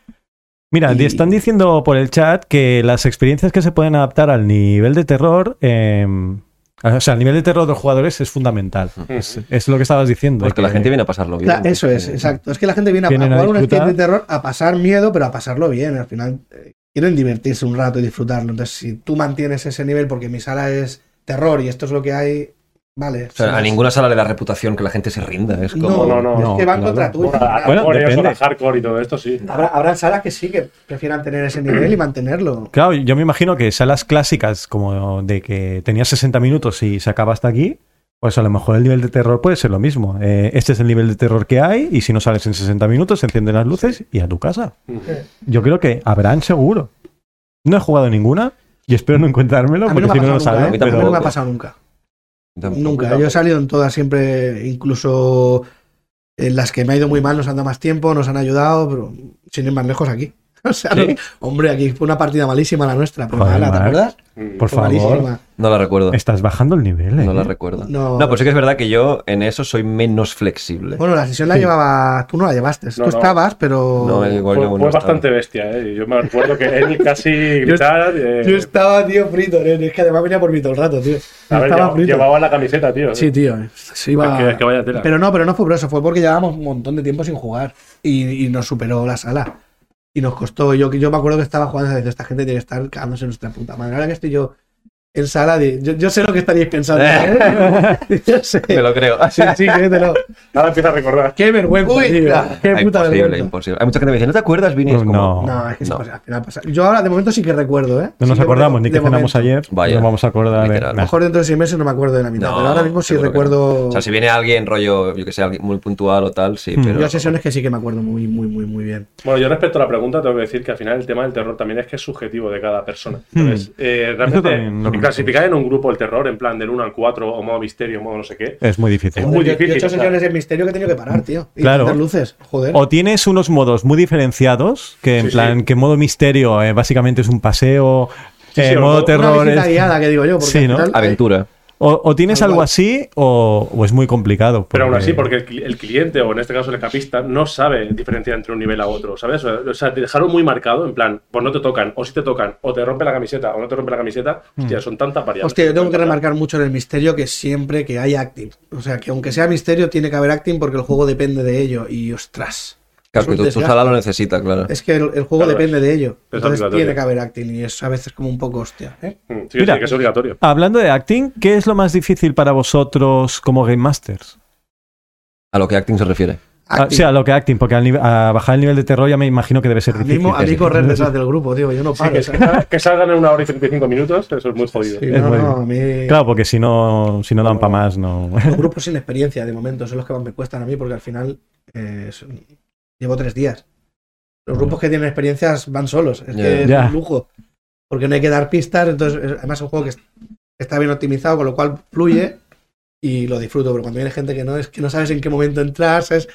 Speaker 2: Mira,
Speaker 4: Y-
Speaker 2: están diciendo por el chat que las experiencias que se pueden adaptar al nivel de terror em, O sea, el nivel de terror de los jugadores es fundamental.
Speaker 5: Mm.
Speaker 2: Es, es lo que estabas diciendo.
Speaker 3: Porque
Speaker 2: que
Speaker 3: la gente viene a pasarlo bien.
Speaker 4: Cla- eso es, exacto. Es que la gente viene a, a
Speaker 2: Vienen a
Speaker 4: jugar un
Speaker 2: disfrutar.
Speaker 4: escape de terror, a pasar miedo, pero a pasarlo bien. Al final eh, quieren divertirse un rato y disfrutarlo. Entonces, si tú mantienes ese nivel, porque mi sala es terror y esto es lo que hay, vale.
Speaker 3: O sea, a ninguna sala le da reputación que la gente se rinda. Es como.
Speaker 4: No, no, no. Es
Speaker 2: no,
Speaker 4: que van
Speaker 2: claro.
Speaker 4: contra tuyo.
Speaker 5: Bueno,
Speaker 4: Habrá-
Speaker 2: Bueno,
Speaker 5: hardcore, eso,
Speaker 2: depende.
Speaker 5: la hardcore y todo esto, sí.
Speaker 4: habrá, habrá salas que sí que prefieran tener ese nivel y mantenerlo.
Speaker 2: Claro, yo me imagino que salas clásicas como de que tenías 60 minutos y se acaba hasta aquí, pues a lo mejor el nivel de terror puede ser lo mismo. Eh, este es el nivel de terror que hay y si no sales en 60 minutos se encienden las luces y a tu casa.
Speaker 5: Mm.
Speaker 2: Yo creo que habrán seguro. No he jugado ninguna y espero no encontrármelo
Speaker 4: A mí
Speaker 2: porque
Speaker 4: no
Speaker 2: si
Speaker 4: me
Speaker 2: no
Speaker 4: ha
Speaker 2: lo
Speaker 4: pasado
Speaker 2: sabré.
Speaker 4: nunca. ¿eh? A mí
Speaker 2: pero-
Speaker 4: no me ha pasado nunca. Nunca. Yo he salido en todas siempre, incluso en las que me ha ido muy mal, nos han dado más tiempo, nos han ayudado, pero sin ir más lejos aquí. O sea,
Speaker 2: ¿Sí?
Speaker 4: no- hombre, aquí fue una partida malísima la nuestra, pero
Speaker 2: Joder,
Speaker 4: mala, ¿te
Speaker 2: Marc.
Speaker 4: acuerdas?
Speaker 5: Mm.
Speaker 2: Por
Speaker 4: Fue
Speaker 2: favor,
Speaker 4: malísima.
Speaker 3: No la recuerdo.
Speaker 2: estás bajando el nivel. ¿eh?
Speaker 3: No la recuerdo.
Speaker 4: No.
Speaker 3: No, pero sí que es verdad que yo en eso soy menos flexible.
Speaker 4: Bueno, la sesión la
Speaker 2: Sí.
Speaker 4: llevaba, tú no la llevaste, tú
Speaker 5: no.
Speaker 4: estabas, pero
Speaker 3: No, igual
Speaker 5: Fue,
Speaker 3: yo no
Speaker 5: fue
Speaker 3: estaba.
Speaker 5: bastante bestia, ¿eh? Yo me acuerdo que él casi gritaba. eh,
Speaker 4: yo estaba, tío, frito, nen. es que además venía por mí todo el rato, tío.
Speaker 5: a
Speaker 4: estaba
Speaker 5: ver, lleva-
Speaker 4: frito.
Speaker 5: llevaba la camiseta, tío.
Speaker 4: Sí, tío, se iba...
Speaker 5: Es que- es que vaya tela.
Speaker 4: Ah, Pero no, pero no fue por eso, fue porque llevábamos un montón de tiempo sin jugar y, y nos superó la sala. Y nos costó, yo, yo me acuerdo que estaba jugando desde esta gente tiene que estar cagándose en nuestra puta madre. Ahora que estoy yo en sala, de, yo, yo sé lo que estaríais pensando. ¿eh? yo sé.
Speaker 3: Me lo creo.
Speaker 4: Sí, sí, créetelo.
Speaker 5: Ahora empieza a recordar.
Speaker 4: Qué vergüenza,
Speaker 3: Uy,
Speaker 4: tío.
Speaker 3: ah,
Speaker 4: Qué puta
Speaker 3: imposible,
Speaker 4: vergüenza.
Speaker 3: imposible. Hay mucha gente que me dice, ¿no te acuerdas, Vini? Es como,
Speaker 2: No.
Speaker 4: No, es que
Speaker 3: No.
Speaker 4: sí, pues, al final pasa. Yo ahora de momento sí que recuerdo, ¿eh?
Speaker 2: No nos
Speaker 4: Sí que
Speaker 2: acordamos ni
Speaker 4: de
Speaker 2: que cenamos
Speaker 4: momento.
Speaker 2: ayer.
Speaker 3: Vaya.
Speaker 2: No vamos a acordar.
Speaker 3: Literal.
Speaker 2: Nah.
Speaker 4: A lo mejor dentro de seis meses no me acuerdo de la mitad,
Speaker 3: No,
Speaker 4: pero ahora mismo sí
Speaker 3: seguro que no.
Speaker 4: recuerdo.
Speaker 3: O sea, si viene alguien rollo, yo que sé, alguien muy puntual o tal, sí,
Speaker 2: Hmm.
Speaker 3: pero...
Speaker 4: Yo hay sesiones que sí que me acuerdo muy, muy, muy, muy bien.
Speaker 5: Bueno, yo respecto a la pregunta, tengo que decir que al final el tema del terror también es que es subjetivo de cada persona. Entonces, eh,
Speaker 2: también lo
Speaker 5: realmente,
Speaker 2: que
Speaker 5: clasificar en un grupo el terror, en plan del 1 al 4, o modo misterio, modo no sé qué,
Speaker 2: Es muy difícil.
Speaker 5: Es muy
Speaker 4: Yo- yo
Speaker 5: difícil,
Speaker 4: he hecho
Speaker 5: o sea.
Speaker 4: sesiones de misterio que he tenido que parar, tío. Y
Speaker 2: Claro.
Speaker 4: prender luces, joder.
Speaker 2: O tienes unos modos muy diferenciados, que en
Speaker 5: Sí,
Speaker 2: plan,
Speaker 5: sí.
Speaker 2: que modo misterio eh, básicamente es un paseo, eh,
Speaker 5: sí, o
Speaker 2: modo
Speaker 5: no-
Speaker 2: terror
Speaker 4: Una
Speaker 2: es...
Speaker 4: visita guiada, que digo yo. Porque
Speaker 2: Sí,
Speaker 4: al
Speaker 2: ¿no?
Speaker 4: final- eh,
Speaker 3: Aventura.
Speaker 2: O, o tienes
Speaker 4: Tal
Speaker 2: algo
Speaker 4: cual.
Speaker 2: así o, o es muy complicado.
Speaker 5: Pero aún así, porque el, cli- el cliente, o en este caso el capista, no sabe diferenciar entre un nivel a otro, ¿sabes? O sea, te dejaron muy marcado, en plan, pues no te tocan, o si te tocan, o te rompe la camiseta, o no te rompe la camiseta. Hostia, son tantas variables.
Speaker 4: Hostia, yo tengo que remarcar mucho en el misterio que siempre que hay acting. O sea, que aunque sea misterio, tiene que haber acting porque el juego depende de ello. Y ostras.
Speaker 3: Claro, que
Speaker 4: es
Speaker 3: tu,
Speaker 4: un
Speaker 3: tu
Speaker 4: desgaste.
Speaker 3: sala lo necesita, claro.
Speaker 4: Es que el, el juego
Speaker 5: Claro,
Speaker 4: depende de ello. Entonces
Speaker 5: obligatorio.
Speaker 4: tiene que haber acting y es a veces como un poco hostia. ¿eh?
Speaker 5: Mm, Sí,
Speaker 2: Mira.
Speaker 5: sí, que es obligatorio.
Speaker 2: Hablando de acting, ¿qué es lo más difícil para vosotros como Game Masters?
Speaker 3: A lo que acting se refiere.
Speaker 2: Ah, O
Speaker 4: Acting.
Speaker 2: sea, lo que acting, porque al nive- a bajar el nivel de terror ya me imagino que debe ser
Speaker 4: a, mí,
Speaker 2: difícil.
Speaker 4: mo- a mí correr detrás del grupo, tío. Yo no
Speaker 5: Sí,
Speaker 4: paro.
Speaker 5: que,
Speaker 4: ¿sabes?
Speaker 5: salga- que salgan en una hora y 35 minutos, eso es muy jodido.
Speaker 4: Sí,
Speaker 2: Es
Speaker 4: no,
Speaker 2: muy-
Speaker 4: no, a mí-
Speaker 2: Claro, porque si no, si no dan para más, no.
Speaker 4: Los grupos sin experiencia de momento son los que más me cuestan a mí porque al final eh, son- llevo tres días. Los grupos que tienen experiencias van solos. Es
Speaker 3: Ya.
Speaker 4: que es
Speaker 2: Ya.
Speaker 4: un lujo. Porque no hay que dar pistas. Entonces, es- además es un juego que es- está bien optimizado, con lo cual fluye y lo disfruto. Pero cuando viene gente que no es que no sabes en qué momento entrar, ¿sabes?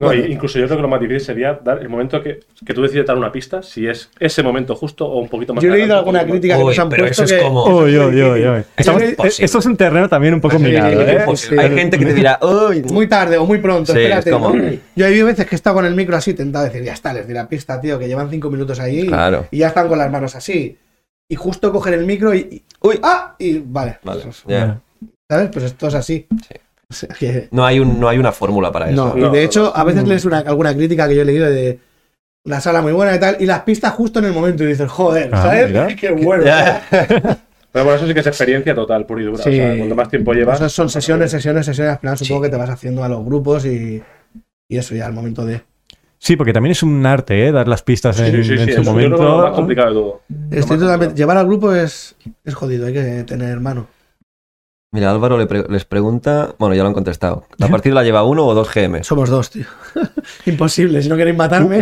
Speaker 5: No,
Speaker 4: Bueno.
Speaker 5: y- incluso yo creo que lo más difícil sería dar el momento que, que tú decides dar una pista, si es ese momento justo o un poquito más
Speaker 4: Yo he
Speaker 5: adelante,
Speaker 4: leído
Speaker 5: un
Speaker 4: alguna
Speaker 5: poquito más-
Speaker 4: crítica que
Speaker 3: Uy,
Speaker 4: nos han
Speaker 3: pero
Speaker 4: puesto.
Speaker 3: eso es
Speaker 4: que-
Speaker 3: como-
Speaker 4: que
Speaker 2: Uy,
Speaker 4: muy
Speaker 2: uy, uy,
Speaker 4: difícil.
Speaker 2: uy.
Speaker 3: Eso
Speaker 2: Estamos-
Speaker 3: es imposible.
Speaker 2: esto es un terreno también un poco minado.
Speaker 4: sí,
Speaker 2: ¿eh?
Speaker 4: sí.
Speaker 3: Hay gente que te dirá, uy,
Speaker 4: Muy tarde o muy pronto,
Speaker 3: Sí, es
Speaker 4: espérate.
Speaker 3: como-
Speaker 4: Yo he visto veces que he estado con el micro así, tentado decir, ya está, les di la pista, tío, que llevan cinco minutos ahí y-
Speaker 3: Claro.
Speaker 4: y ya están con las manos así. Y justo coger el micro y. y-
Speaker 3: uy, ah.
Speaker 4: ¡Ah! Y vale.
Speaker 3: Vale,
Speaker 4: Pues,
Speaker 3: ya.
Speaker 4: ¿Sabes? Pues esto es así.
Speaker 3: Sí.
Speaker 4: O sea que-
Speaker 3: No hay, un, no hay una fórmula para eso.
Speaker 4: No, y
Speaker 5: no,
Speaker 4: de hecho, a veces lees una, alguna crítica que yo he leído de la sala muy buena y tal, y las pistas justo en el momento y dices, joder,
Speaker 2: Ah,
Speaker 4: ¿sabes?
Speaker 2: mira.
Speaker 4: Qué bueno.
Speaker 3: Ya.
Speaker 5: Pero bueno, eso sí que es experiencia total, pura y dura.
Speaker 4: Sí.
Speaker 5: O sea, cuanto más tiempo llevas,
Speaker 4: Eso son sesiones, sesiones, sesiones. Al final supongo
Speaker 3: Sí.
Speaker 4: que te vas haciendo a los grupos y, y eso ya al momento de.
Speaker 2: Sí, porque también es un arte, ¿eh? Dar las pistas
Speaker 5: Sí,
Speaker 2: en,
Speaker 5: sí, sí,
Speaker 2: en
Speaker 5: sí,
Speaker 2: su
Speaker 5: eso yo creo que es lo más
Speaker 2: momento.
Speaker 5: complicado de todo.
Speaker 4: Estoy
Speaker 5: Lo más
Speaker 4: totalmente-
Speaker 5: complicado.
Speaker 4: Llevar al grupo es, es jodido, hay que tener mano.
Speaker 3: Mira, Álvaro le pre- les pregunta... Bueno, ya lo han contestado. ¿La partida la lleva uno o dos GM?
Speaker 4: Somos dos, tío. Imposible, si no queréis matarme.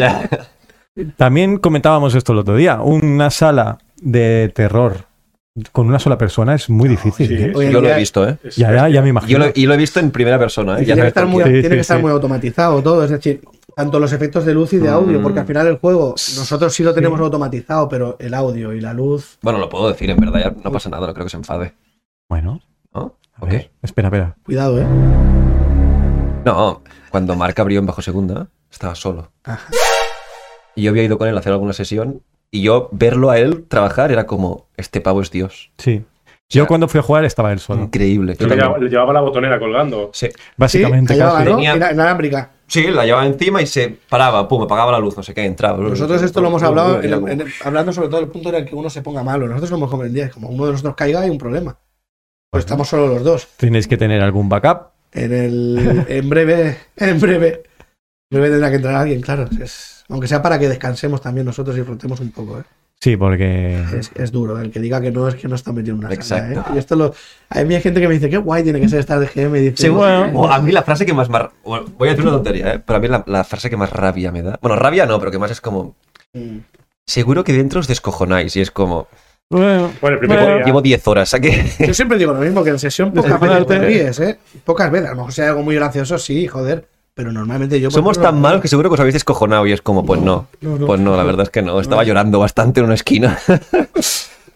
Speaker 2: También comentábamos esto el otro día. Una sala de terror con una sola persona es muy difícil.
Speaker 5: sí,
Speaker 2: ¿eh?
Speaker 4: Hoy en
Speaker 3: Yo lo
Speaker 4: día
Speaker 3: he visto, ¿eh?
Speaker 5: Es-
Speaker 2: Ya, ya, ya me
Speaker 3: Yo
Speaker 2: imagino.
Speaker 3: lo, y lo he visto en primera persona, ¿eh? Ya
Speaker 4: tiene que
Speaker 3: sabes
Speaker 4: estar,
Speaker 3: por
Speaker 4: muy,
Speaker 3: qué.
Speaker 2: Sí,
Speaker 4: tiene
Speaker 2: sí,
Speaker 4: que estar
Speaker 2: sí.
Speaker 4: muy automatizado todo, es decir, tanto los efectos de luz y de audio,
Speaker 3: Mm.
Speaker 4: porque al final el juego, nosotros sí lo tenemos automatizado, pero el audio y la luz.
Speaker 3: Bueno, lo puedo decir, en verdad. ya no pasa nada, no creo que se enfade.
Speaker 2: Bueno,
Speaker 3: ¿No?
Speaker 2: a
Speaker 3: ¿Ok?
Speaker 2: ver, espera, espera.
Speaker 4: Cuidado, eh.
Speaker 3: No, cuando Marc abrió en bajo segunda, estaba solo.
Speaker 4: Ajá.
Speaker 3: Y yo había ido con él a hacer alguna sesión y yo verlo a él trabajar era como, este pavo es Dios.
Speaker 2: Sí. Yo cuando fui a jugar estaba él solo.
Speaker 3: Increíble.
Speaker 5: Creo que llevaba, le llevaba la botonera colgando.
Speaker 3: Mm. Sí.
Speaker 2: Básicamente,
Speaker 4: Sí, la
Speaker 2: casi.
Speaker 4: llevaba, ¿no?
Speaker 3: Tenía-
Speaker 4: Ina- inalámbrica.
Speaker 3: Sí, la llevaba encima y se paraba, pum, apagaba la luz, no sé qué, entraba.
Speaker 4: Nosotros esto lo hemos hablado, en- en- hablando sobre todo el punto en el que uno se ponga malo. Nosotros lo hemos comprendido, es como uno de nosotros caiga hay un problema. Pues estamos solo los dos.
Speaker 2: Tenéis que tener algún backup.
Speaker 4: En el, en breve, en breve, en breve tendrá que entrar alguien, claro. Es- aunque sea para que descansemos también nosotros y frotemos un poco, ¿eh?
Speaker 2: Sí, porque.
Speaker 4: Es, es duro, el que diga que no es que no está metido en una sala,
Speaker 3: Exacto.
Speaker 4: ¿eh? Y esto lo, a mí hay gente que me dice, qué guay tiene que ser estar de GM. Y dice,
Speaker 3: Sí, o a mí la frase que más... mar- bueno, Voy a decir una tontería, ¿eh? pero a mí la, la frase que más rabia me da... Bueno, rabia no, pero que más es como...
Speaker 4: Mm.
Speaker 3: Seguro que dentro os descojonáis y es como...
Speaker 2: Bueno,
Speaker 5: Bueno, el primer
Speaker 2: Bueno.
Speaker 5: día.
Speaker 3: Llevo 10 horas, ¿a qué?
Speaker 4: Yo siempre digo lo mismo, que en sesión pocas veces
Speaker 2: Descojonarte.
Speaker 4: te ríes, ¿eh? Pocas veces. A lo mejor sea algo muy gracioso, sí, joder. Pero normalmente yo... por
Speaker 3: Somos
Speaker 4: ejemplo,
Speaker 3: tan malos que seguro que os habéis descojonado y es como, pues no. Pues no, la verdad es que no. Estaba llorando bastante en una esquina.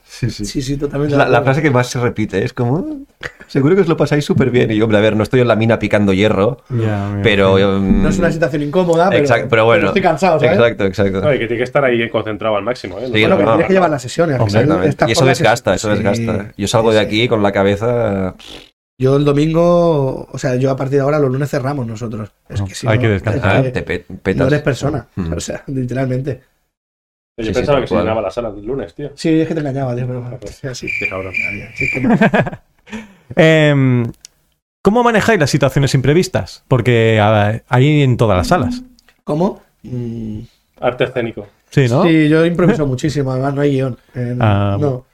Speaker 4: Sí, sí, totalmente.
Speaker 3: La, la frase que más se repite es como, seguro que os lo pasáis súper bien. Y yo, hombre, a ver, no estoy en la mina picando hierro,
Speaker 2: ya, mira.
Speaker 3: pero... em,
Speaker 4: No es una situación incómoda, pero,
Speaker 3: exacto, pero bueno.
Speaker 4: estoy cansado, ¿sabes?
Speaker 3: Exacto, exacto.
Speaker 5: No, y que tiene que estar ahí concentrado al máximo, ¿eh? No
Speaker 3: Sí,
Speaker 5: vale
Speaker 4: Bueno, que
Speaker 5: nada.
Speaker 4: tienes que llevar las sesiones. al
Speaker 2: Hombre,
Speaker 4: final,
Speaker 3: Exactamente.
Speaker 4: estas
Speaker 3: Y eso
Speaker 4: cosas es-
Speaker 3: desgasta, eso
Speaker 4: sí,
Speaker 3: desgasta. eh. Yo salgo de
Speaker 4: sí, sí.
Speaker 3: aquí con la cabeza...
Speaker 4: Yo el domingo, o sea, yo a partir de ahora los lunes cerramos nosotros. Es
Speaker 2: No,
Speaker 4: que si
Speaker 2: hay
Speaker 4: no,
Speaker 2: que
Speaker 3: ah,
Speaker 2: descansar.
Speaker 4: es que
Speaker 3: te pe-
Speaker 4: no
Speaker 3: petas.
Speaker 4: eres persona,
Speaker 3: Mm.
Speaker 4: o sea, literalmente.
Speaker 5: Yo
Speaker 3: Sí, sí,
Speaker 5: pensaba
Speaker 3: tal
Speaker 5: que se
Speaker 3: cual.
Speaker 5: llenaba la sala el lunes, tío.
Speaker 4: Sí, es que te engañaba, tío, pero bueno, sí, así.
Speaker 5: Qué cabrón.
Speaker 4: Sí, es que no.
Speaker 2: Em, ¿Cómo manejáis las situaciones imprevistas? Porque a- hay en todas las salas.
Speaker 4: ¿Cómo? Mm,
Speaker 5: Arte escénico.
Speaker 2: Sí, ¿no?
Speaker 4: Sí, yo improviso muchísimo, además no hay guión. Eh,
Speaker 2: Ah,
Speaker 4: no.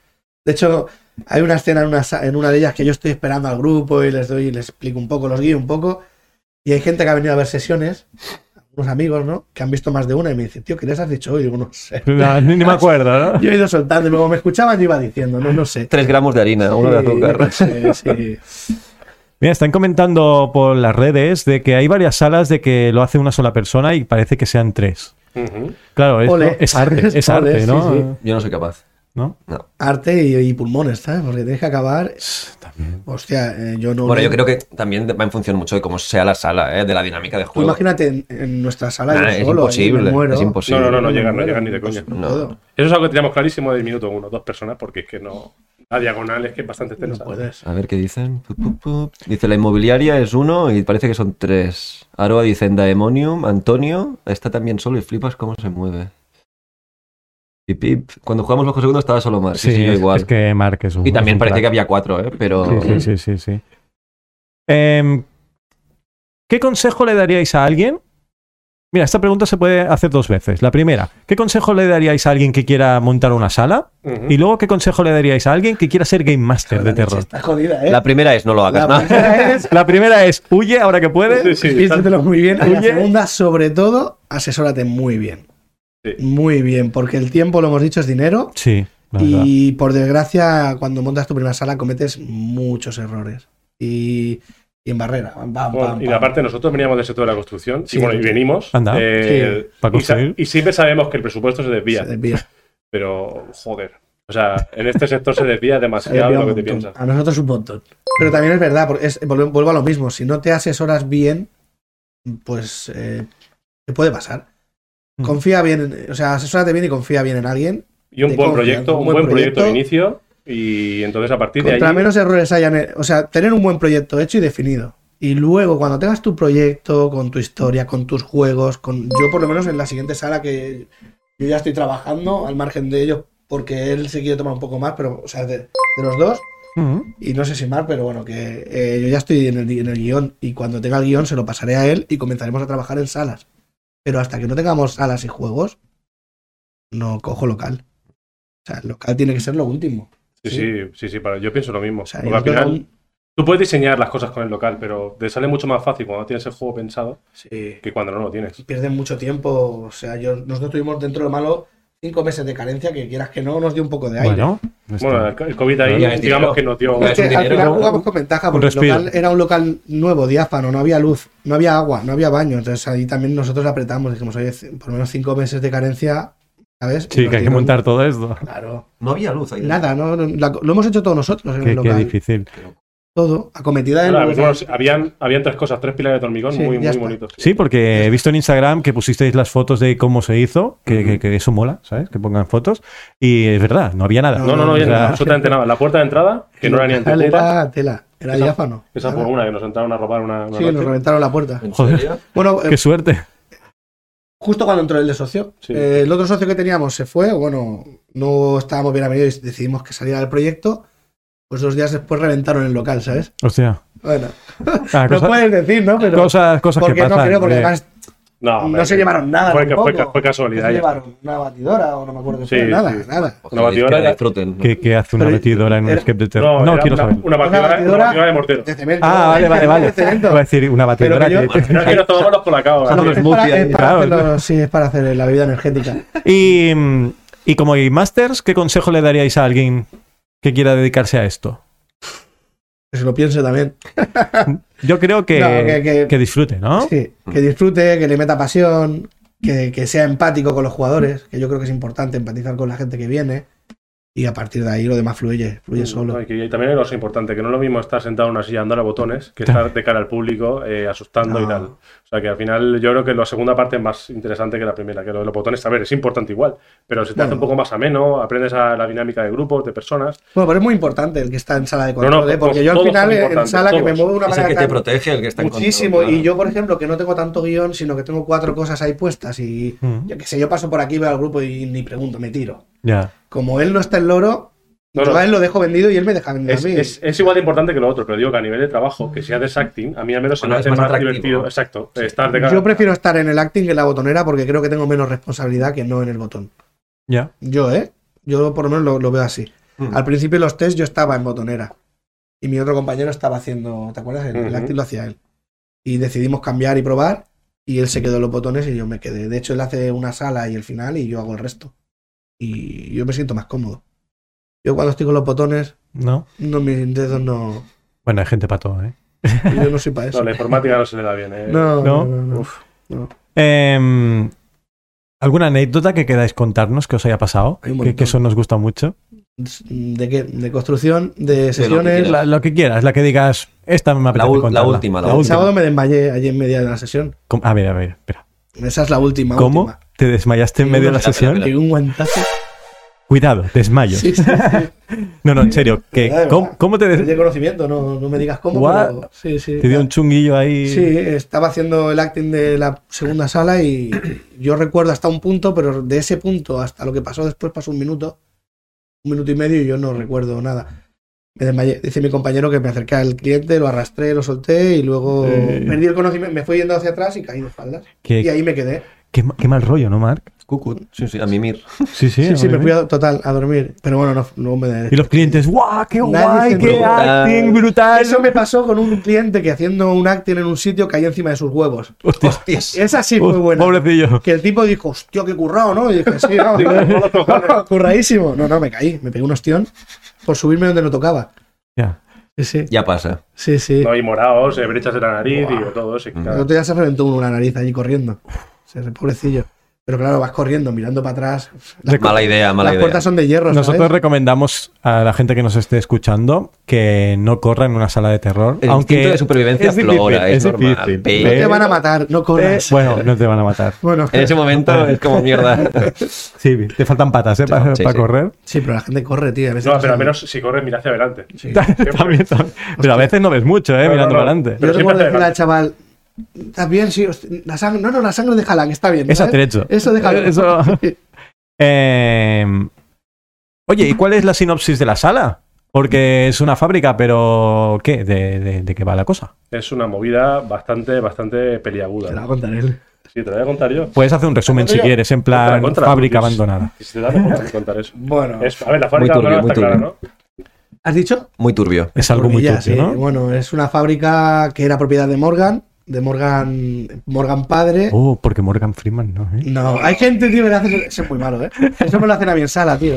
Speaker 4: De hecho, hay una escena en una, sa- en una de ellas que yo estoy esperando al grupo y les doy, les explico un poco, los guío un poco. Y hay gente que ha venido a ver sesiones, unos amigos, ¿no? Que han visto más de una y me dicen, tío, ¿qué les has dicho hoy? Y digo, no sé.
Speaker 2: No, Ah, ni ni me acuerdo, ¿no?
Speaker 4: Yo he ido soltando y como me escuchaban yo iba diciendo, no, no sé.
Speaker 3: 3 gramos de harina, uno de azúcar.
Speaker 4: Sí, pues, sí.
Speaker 2: Mira, están comentando por las redes de que hay varias salas de que lo hace una sola persona y parece que sean tres.
Speaker 5: Ujú.
Speaker 2: Claro, es,
Speaker 4: Ole.
Speaker 2: es arte, es
Speaker 4: Ole,
Speaker 2: arte,
Speaker 4: sí,
Speaker 2: ¿no?
Speaker 4: sí.
Speaker 3: Yo no soy capaz.
Speaker 2: ¿No?
Speaker 3: No.
Speaker 4: Arte y, y pulmones, ¿sabes? Porque tienes que acabar. Hostia, eh, yo no.
Speaker 3: Bueno, yo creo que también va en función mucho de cómo sea la sala, ¿eh? de la dinámica de
Speaker 4: Tú
Speaker 3: juego.
Speaker 4: imagínate en, en nuestra sala.
Speaker 3: Nah,
Speaker 4: yo
Speaker 3: es
Speaker 4: solo, ahí me
Speaker 3: imposible,
Speaker 4: muero.
Speaker 3: es imposible.
Speaker 5: No, no, no, no
Speaker 4: me
Speaker 5: llegan, no
Speaker 4: muero,
Speaker 5: llegan ni de coña.
Speaker 4: No,
Speaker 3: No.
Speaker 4: puedo.
Speaker 5: Eso es algo que teníamos clarísimo del minuto uno, dos personas, porque es que no. La diagonal Este es que es bastante
Speaker 4: No
Speaker 5: tensa.
Speaker 4: puedes.
Speaker 3: A ver qué dicen. Pu, pu, pu. Dice la inmobiliaria es uno y parece que son tres. Aroa dice Daemonium, Antonio está también solo y flipas cómo se mueve. Pip, pip. Cuando jugamos bajo segundo estaba solo más. Sí, sí, yo
Speaker 2: es,
Speaker 3: igual.
Speaker 2: es que Mark es un-
Speaker 3: Y
Speaker 2: es
Speaker 3: también
Speaker 2: un
Speaker 3: parecía que
Speaker 2: crack.
Speaker 3: había cuatro, ¿eh? pero
Speaker 2: Sí, sí, sí, sí, sí. Em, ¿Qué consejo le daríais a alguien? Mira, esta pregunta se puede hacer dos veces. La primera, ¿qué consejo le daríais a alguien que quiera montar una sala?
Speaker 5: Ujú.
Speaker 2: Y luego, ¿qué consejo le daríais a alguien que quiera ser Game Master de
Speaker 4: La leche
Speaker 2: terror?
Speaker 4: Está jodida, ¿eh?
Speaker 3: la primera es no lo hagas. ¿no?
Speaker 4: La primera es.
Speaker 2: La primera es, huye ahora que
Speaker 5: Sí,
Speaker 2: puedes.
Speaker 5: sí, está-
Speaker 4: Piénsatelo muy bien. Y la
Speaker 2: Oye.
Speaker 4: segunda, sobre todo, asesórate muy bien.
Speaker 5: Sí.
Speaker 4: Muy bien, porque el tiempo, lo hemos dicho, es dinero.
Speaker 2: Sí, la verdad.
Speaker 4: Y por desgracia, cuando montas tu primera sala cometes muchos errores. Y, y en barrera. pam, pam,
Speaker 5: Bueno,
Speaker 4: pam,
Speaker 5: y aparte
Speaker 4: pam.
Speaker 5: nosotros veníamos del sector de la construcción
Speaker 4: Sí.
Speaker 5: y bueno, y venimos
Speaker 2: Anda.
Speaker 5: eh,
Speaker 2: Sí. Para
Speaker 5: y, sa-
Speaker 2: construir.
Speaker 5: y siempre sabemos que el presupuesto se desvía,
Speaker 4: Se desvía.
Speaker 5: pero joder, o sea, en este sector se desvía
Speaker 4: se
Speaker 5: demasiado
Speaker 4: desvía
Speaker 5: lo
Speaker 4: un
Speaker 5: que te
Speaker 4: montón.
Speaker 5: piensas.
Speaker 4: A nosotros un montón. Pero también es verdad, porque es- volve- vuelvo a lo mismo. Si no te asesoras bien, pues eh, te puede pasar.
Speaker 2: Mm.
Speaker 4: Confía bien, en- o sea, asesórate bien y confía bien en alguien.
Speaker 5: Y un
Speaker 4: de
Speaker 5: buen
Speaker 4: confianza,
Speaker 5: proyecto, un buen proyecto de inicio y entonces a partir de ahí
Speaker 4: Contra menos errores hayan, eh, o sea, tener un buen proyecto hecho y definido. Y luego, cuando tengas tu proyecto, con tu historia, con tus juegos, con yo por lo menos en la siguiente sala que yo ya estoy trabajando al margen de ellos, porque él se quiere tomar un poco más, pero, o sea, de, de los dos,
Speaker 2: Mm.
Speaker 4: y no sé si más, pero bueno, que eh, yo ya estoy en el, en el guión, y cuando tenga el guión se lo pasaré a él y comenzaremos a trabajar en salas. Pero hasta que no tengamos salas y juegos, no cojo local. O sea, el local tiene que ser lo último.
Speaker 5: sí, sí, sí, sí, para- yo pienso lo mismo.
Speaker 4: O sea,
Speaker 5: Porque al
Speaker 4: nosotros
Speaker 5: final
Speaker 4: aún-
Speaker 5: tú puedes diseñar las cosas con el local, pero te sale mucho más fácil cuando tienes el juego pensado
Speaker 4: Sí.
Speaker 5: que cuando no lo tienes.
Speaker 4: pierden mucho tiempo. O sea, yo, nosotros tuvimos dentro de lo malo cinco meses de carencia que quieras que no nos dio un poco de aire.
Speaker 2: Bueno, no está-
Speaker 5: Bueno, el COVID
Speaker 3: Pero ya
Speaker 5: ahí
Speaker 3: es
Speaker 5: digamos
Speaker 3: dinero.
Speaker 5: que nos dio
Speaker 3: Ya
Speaker 4: Es que
Speaker 3: un
Speaker 4: al
Speaker 3: dinero,
Speaker 4: final
Speaker 3: ¿no?
Speaker 4: jugamos con ventaja
Speaker 2: Un
Speaker 4: porque el
Speaker 2: respiro.
Speaker 4: local era un local nuevo, diáfano, no había luz, no había agua, no había baño. Entonces ahí también nosotros apretamos, dijimos, oye, c- por lo menos cinco meses de carencia, ¿sabes? Y
Speaker 2: sí,
Speaker 4: nos
Speaker 2: que hay que
Speaker 4: dieron-
Speaker 2: montar todo esto.
Speaker 4: Claro.
Speaker 3: No había luz ahí.
Speaker 4: Nada, no, no, la- lo hemos hecho todos nosotros en
Speaker 2: Qué,
Speaker 4: el
Speaker 2: qué
Speaker 4: local.
Speaker 2: difícil.
Speaker 4: todo, acometida de
Speaker 5: Ahora,
Speaker 4: nuevo.
Speaker 5: bueno, habían, habían tres cosas, tres pilares de hormigón
Speaker 4: Sí,
Speaker 5: muy,
Speaker 4: ya
Speaker 5: muy
Speaker 4: está.
Speaker 5: bonitos.
Speaker 2: Sí, porque he visto en Instagram que pusisteis las fotos de cómo se hizo, que, que- que eso mola, ¿sabes? Que pongan fotos. Y es verdad, no había nada.
Speaker 5: No, no, no,
Speaker 2: O
Speaker 5: ya
Speaker 2: sea,
Speaker 5: nada, absolutamente nada. La puerta de entrada, que no era ni
Speaker 4: Tal,
Speaker 5: antipupa,
Speaker 4: era tela, era
Speaker 5: Esa-
Speaker 4: diáfano.
Speaker 5: esa por una que nos entraron a robar una, una
Speaker 4: Sí,
Speaker 5: noche.
Speaker 4: nos reventaron la puerta.
Speaker 3: ¿En
Speaker 2: Joder.
Speaker 3: serio?
Speaker 4: Bueno, eh,
Speaker 2: ¡Qué suerte!
Speaker 4: justo cuando entró el de socio.
Speaker 5: Sí.
Speaker 4: Eh, el otro socio que teníamos se fue, o bueno, no estábamos bien avenidos y decidimos que saliera del proyecto. Pues dos días después reventaron el local, ¿sabes?
Speaker 2: Hostia.
Speaker 4: Bueno,
Speaker 2: Ah,
Speaker 4: no
Speaker 2: cosa-
Speaker 4: puedes decir, ¿no? Pero
Speaker 2: cosas, cosas que
Speaker 4: porque no
Speaker 2: pasan.
Speaker 4: creo, porque
Speaker 2: eh.
Speaker 4: además
Speaker 5: No,
Speaker 4: no
Speaker 5: hombre,
Speaker 4: se
Speaker 5: que-
Speaker 4: llevaron nada.
Speaker 5: Fue, que- fue,
Speaker 4: tampoco.
Speaker 5: ca- fue casualidad.
Speaker 4: No se
Speaker 5: ya está.
Speaker 4: llevaron una batidora o no me acuerdo qué
Speaker 5: Sí,
Speaker 4: fue, nada,
Speaker 5: sí.
Speaker 4: nada.
Speaker 3: Ojalá
Speaker 5: La
Speaker 3: que
Speaker 5: batidora
Speaker 3: la
Speaker 5: ya-
Speaker 3: disfruten. ¿no?
Speaker 2: ¿Qué, qué hace una
Speaker 4: Pero-
Speaker 2: batidora en un
Speaker 4: era-
Speaker 2: escape de terror?
Speaker 5: No,
Speaker 2: No,
Speaker 5: era
Speaker 2: quiero
Speaker 5: una,
Speaker 2: saber.
Speaker 5: una batidora, una
Speaker 4: batidora-
Speaker 5: batidora de mortero.
Speaker 4: De cemento.
Speaker 2: Ah, vale, vale, vale. Pues,
Speaker 4: De cemento.
Speaker 2: Iba a decir una batidora.
Speaker 4: Pero
Speaker 2: que-
Speaker 5: No, que nos tomamos los
Speaker 4: O
Speaker 5: colacaos.
Speaker 4: sea,
Speaker 5: ¿no?
Speaker 4: no, es para,
Speaker 3: smoothie ahí.
Speaker 4: es para
Speaker 2: eh, Claro.
Speaker 4: hacerlo- sí, es para hacer la bebida energética.
Speaker 2: Y, mm, y como y masters, ¿qué consejo le daríais a alguien que quiera dedicarse a esto?
Speaker 4: Que se lo piense también.
Speaker 2: Yo creo que,
Speaker 4: No, que- que-
Speaker 2: que disfrute, ¿no?
Speaker 4: Sí, que disfrute, que le meta pasión, que, que sea empático con los jugadores, que yo creo que es importante empatizar con la gente que viene. Y a partir de ahí lo demás fluye,
Speaker 2: Mm,
Speaker 4: fluye solo.
Speaker 5: No, y que- y también es cosa importante, que no es lo mismo estar sentado en una silla andando a botones que estar de cara al público eh, asustando
Speaker 4: No.
Speaker 5: y tal. O sea que al final yo creo que la segunda parte es más interesante que la primera, que lo de los botones, a ver, es importante igual, pero se te hace
Speaker 4: Bueno.
Speaker 5: un poco más ameno, aprendes a la dinámica de grupos, de personas.
Speaker 4: Bueno, pero es muy importante el que está en sala de control,
Speaker 5: No, no,
Speaker 4: ¿eh? porque
Speaker 5: todos-
Speaker 4: yo al
Speaker 5: todos
Speaker 4: final
Speaker 5: son
Speaker 4: en
Speaker 5: importantes,
Speaker 4: sala que me
Speaker 5: todos.
Speaker 4: muevo de una
Speaker 3: Es el
Speaker 4: manera
Speaker 3: que te
Speaker 4: tan-
Speaker 3: protege, el que está en control,
Speaker 4: muchísimo.
Speaker 3: claro.
Speaker 4: Y yo, por ejemplo, que no tengo tanto guión, sino que tengo cuatro cosas ahí puestas y
Speaker 2: Mm.
Speaker 4: yo qué sé, yo paso por aquí, veo al grupo y ni pregunto, me tiro.
Speaker 2: Ya.
Speaker 4: Como él no está en loro,
Speaker 5: No,
Speaker 4: yo
Speaker 5: no.
Speaker 4: a él lo dejo vendido y él me deja vendido
Speaker 5: Es,
Speaker 4: a mí.
Speaker 5: es- es igual de importante que lo otro, pero digo que a nivel de trabajo, que si haces acting, a mí al menos se
Speaker 3: Bueno,
Speaker 5: me
Speaker 3: es
Speaker 5: hace
Speaker 3: más
Speaker 5: más,
Speaker 3: atractivo,
Speaker 5: divertido.
Speaker 3: ¿no?
Speaker 5: Exacto, estar de cara.
Speaker 4: Yo prefiero estar en el acting que en la botonera porque creo que tengo menos responsabilidad que no en el botón.
Speaker 2: Ya.
Speaker 4: Yo, ¿eh? Yo por lo menos lo, lo veo así.
Speaker 3: Mm.
Speaker 4: Al principio de los test yo estaba en botonera y mi otro compañero estaba haciendo, ¿te acuerdas? El, el
Speaker 5: Ujú.
Speaker 4: acting lo hacía él. Y decidimos cambiar y probar y él se quedó en los botones y yo me quedé. De hecho, él hace una sala y el final y yo hago el resto. Y yo me siento más cómodo. Yo cuando estoy con los botones,
Speaker 2: ¿No?
Speaker 4: no, mis dedos no...
Speaker 2: Bueno, hay gente para todo, ¿eh?
Speaker 4: Yo no soy para
Speaker 5: No,
Speaker 4: eso.
Speaker 5: la informática no se le da bien. eh.
Speaker 4: No,
Speaker 2: No.
Speaker 4: no, no, no.
Speaker 2: Em, ¿Alguna anécdota que queráis contarnos que os haya pasado?
Speaker 4: Hay un
Speaker 2: Que, que
Speaker 4: montón.
Speaker 2: eso nos gusta mucho.
Speaker 4: ¿De qué? De construcción, de sesiones.
Speaker 3: quieras.
Speaker 2: La- lo que quieras, la que digas, esta me apetece
Speaker 3: ul- la
Speaker 2: contarla.
Speaker 3: última, la
Speaker 4: el
Speaker 3: última.
Speaker 4: sábado me desmayé allí en medio de la sesión.
Speaker 2: ¿Cómo? A ver, a ver, espera.
Speaker 4: Esa es la última.
Speaker 2: ¿Cómo?
Speaker 4: última.
Speaker 2: ¿Te desmayaste en
Speaker 4: Sí,
Speaker 2: medio de
Speaker 4: no,
Speaker 2: la
Speaker 3: espera,
Speaker 2: sesión?
Speaker 3: espera,
Speaker 4: Y un guantazo.
Speaker 2: Cuidado, desmayo.
Speaker 4: Sí, sí, sí.
Speaker 2: No, no, en serio. que-
Speaker 4: Verdad,
Speaker 2: ¿cómo,
Speaker 4: verdad.
Speaker 2: cómo te
Speaker 4: Es
Speaker 2: des-
Speaker 4: de conocimiento, no, no me digas cómo.
Speaker 2: What?
Speaker 4: pero sí, sí.
Speaker 2: Te dio un chunguillo ahí.
Speaker 4: Sí, estaba haciendo el acting de la segunda sala y yo recuerdo hasta un punto, pero de ese punto hasta lo que pasó después pasó un minuto, un minuto y medio y yo no recuerdo nada. Me desmayé. Dice mi compañero que me acerqué al cliente, lo arrastré, lo solté y luego
Speaker 2: Eh.
Speaker 4: perdí el conocimiento, me fui yendo hacia atrás y caí de espaldas.
Speaker 2: Qué-
Speaker 4: Y ahí me quedé.
Speaker 2: qué ma- qué mal rollo, ¿no, Marc?
Speaker 3: Cucut, sí, sí, a mimir.
Speaker 2: Sí, sí.
Speaker 4: Sí, sí, me
Speaker 2: obviamente.
Speaker 4: fui a, total a dormir. Pero bueno, no, no me
Speaker 2: Y los clientes, ¡guau! ¡Qué
Speaker 4: Nadie
Speaker 2: guay!
Speaker 4: se
Speaker 2: ¡Qué
Speaker 3: pregunta.
Speaker 2: acting brutal!
Speaker 4: Eso me pasó con un cliente que haciendo un acting en un sitio caía encima de sus huevos.
Speaker 2: Hostia.
Speaker 4: Esa sí fue
Speaker 2: Uh,
Speaker 4: buena.
Speaker 2: Pobrecillo.
Speaker 4: Que el tipo dijo, hostia, qué currado, ¿no? Y dije, sí, no, no, curradísimo. No, no, me caí. Me pegué un ostión por subirme donde no tocaba.
Speaker 2: Ya.
Speaker 4: Sí, sí.
Speaker 3: Ya pasa.
Speaker 4: Sí, sí.
Speaker 5: No, y moraos, eh, brechas en la nariz y todo. sí,
Speaker 4: El
Speaker 5: claro.
Speaker 4: otro día se reventó uno la nariz allí corriendo. Se re- pobrecillo. Pero claro, vas corriendo, mirando para atrás. Las,
Speaker 2: Reco-
Speaker 3: Mala idea, mala
Speaker 4: las
Speaker 3: idea.
Speaker 4: puertas son de hierro, ¿sabes?
Speaker 2: Nosotros recomendamos a la gente que nos esté escuchando que no corra en una sala de terror.
Speaker 3: El
Speaker 2: aunque
Speaker 3: instinto de supervivencia
Speaker 2: es difícil,
Speaker 3: aflora, es normal,
Speaker 2: difícil,
Speaker 3: pero-
Speaker 4: No te
Speaker 2: pero-
Speaker 4: van a matar, no
Speaker 2: eh,
Speaker 4: corras.
Speaker 2: bueno, no te van a matar.
Speaker 4: bueno,
Speaker 3: En ese momento es como mierda.
Speaker 2: Sí, te faltan patas ¿eh? para,
Speaker 3: sí,
Speaker 2: para
Speaker 3: sí.
Speaker 2: correr.
Speaker 4: sí, pero la gente corre, tío. a veces
Speaker 5: No, pero
Speaker 4: pasa-
Speaker 5: al menos si corres, mira hacia adelante.
Speaker 4: Sí.
Speaker 2: También, también. Pero a veces no ves mucho, ¿eh?
Speaker 5: No, no,
Speaker 2: mirando
Speaker 5: no.
Speaker 2: para adelante.
Speaker 5: Pero
Speaker 4: Yo recuerdo
Speaker 5: siempre
Speaker 4: decirle al
Speaker 5: adelante.
Speaker 4: chaval, ¿estás bien? Sí, hosti- la sangre, no, no, la sangre déjala, que está bien.
Speaker 2: Es
Speaker 4: ¿sabes?
Speaker 2: atrecho.
Speaker 4: Eso déjalo.
Speaker 2: Eso- Eh, oye, ¿y cuál es la sinopsis de la sala? Porque es una fábrica, pero ¿qué? ¿De, de- de qué va la cosa?
Speaker 5: Es una movida bastante, bastante peliaguda.
Speaker 4: Te la va a contar él.
Speaker 5: Sí, te la voy a contar yo.
Speaker 2: Puedes hacer un resumen si
Speaker 5: Contra-
Speaker 2: quieres, en plan
Speaker 5: contra- contra,
Speaker 2: fábrica
Speaker 5: porque es-
Speaker 2: abandonada.
Speaker 5: Si se da mejor que contar eso.
Speaker 4: Bueno,
Speaker 5: Es- a ver, la fábrica
Speaker 3: Muy turbio,
Speaker 5: abandonada
Speaker 3: muy
Speaker 5: está clara, ¿no?
Speaker 4: ¿has dicho?
Speaker 3: Muy turbio.
Speaker 2: Es algo muy
Speaker 4: Turbilla,
Speaker 2: turbio,
Speaker 4: sí.
Speaker 2: ¿no?
Speaker 4: Bueno, es una fábrica que era propiedad de Morgan, de Morgan, Morgan padre.
Speaker 2: Oh, porque Morgan Freeman no, ¿eh?
Speaker 4: No, hay gente, tío, que le hace. Eso es muy malo, ¿eh? Eso me lo hacen a mi en sala, tío.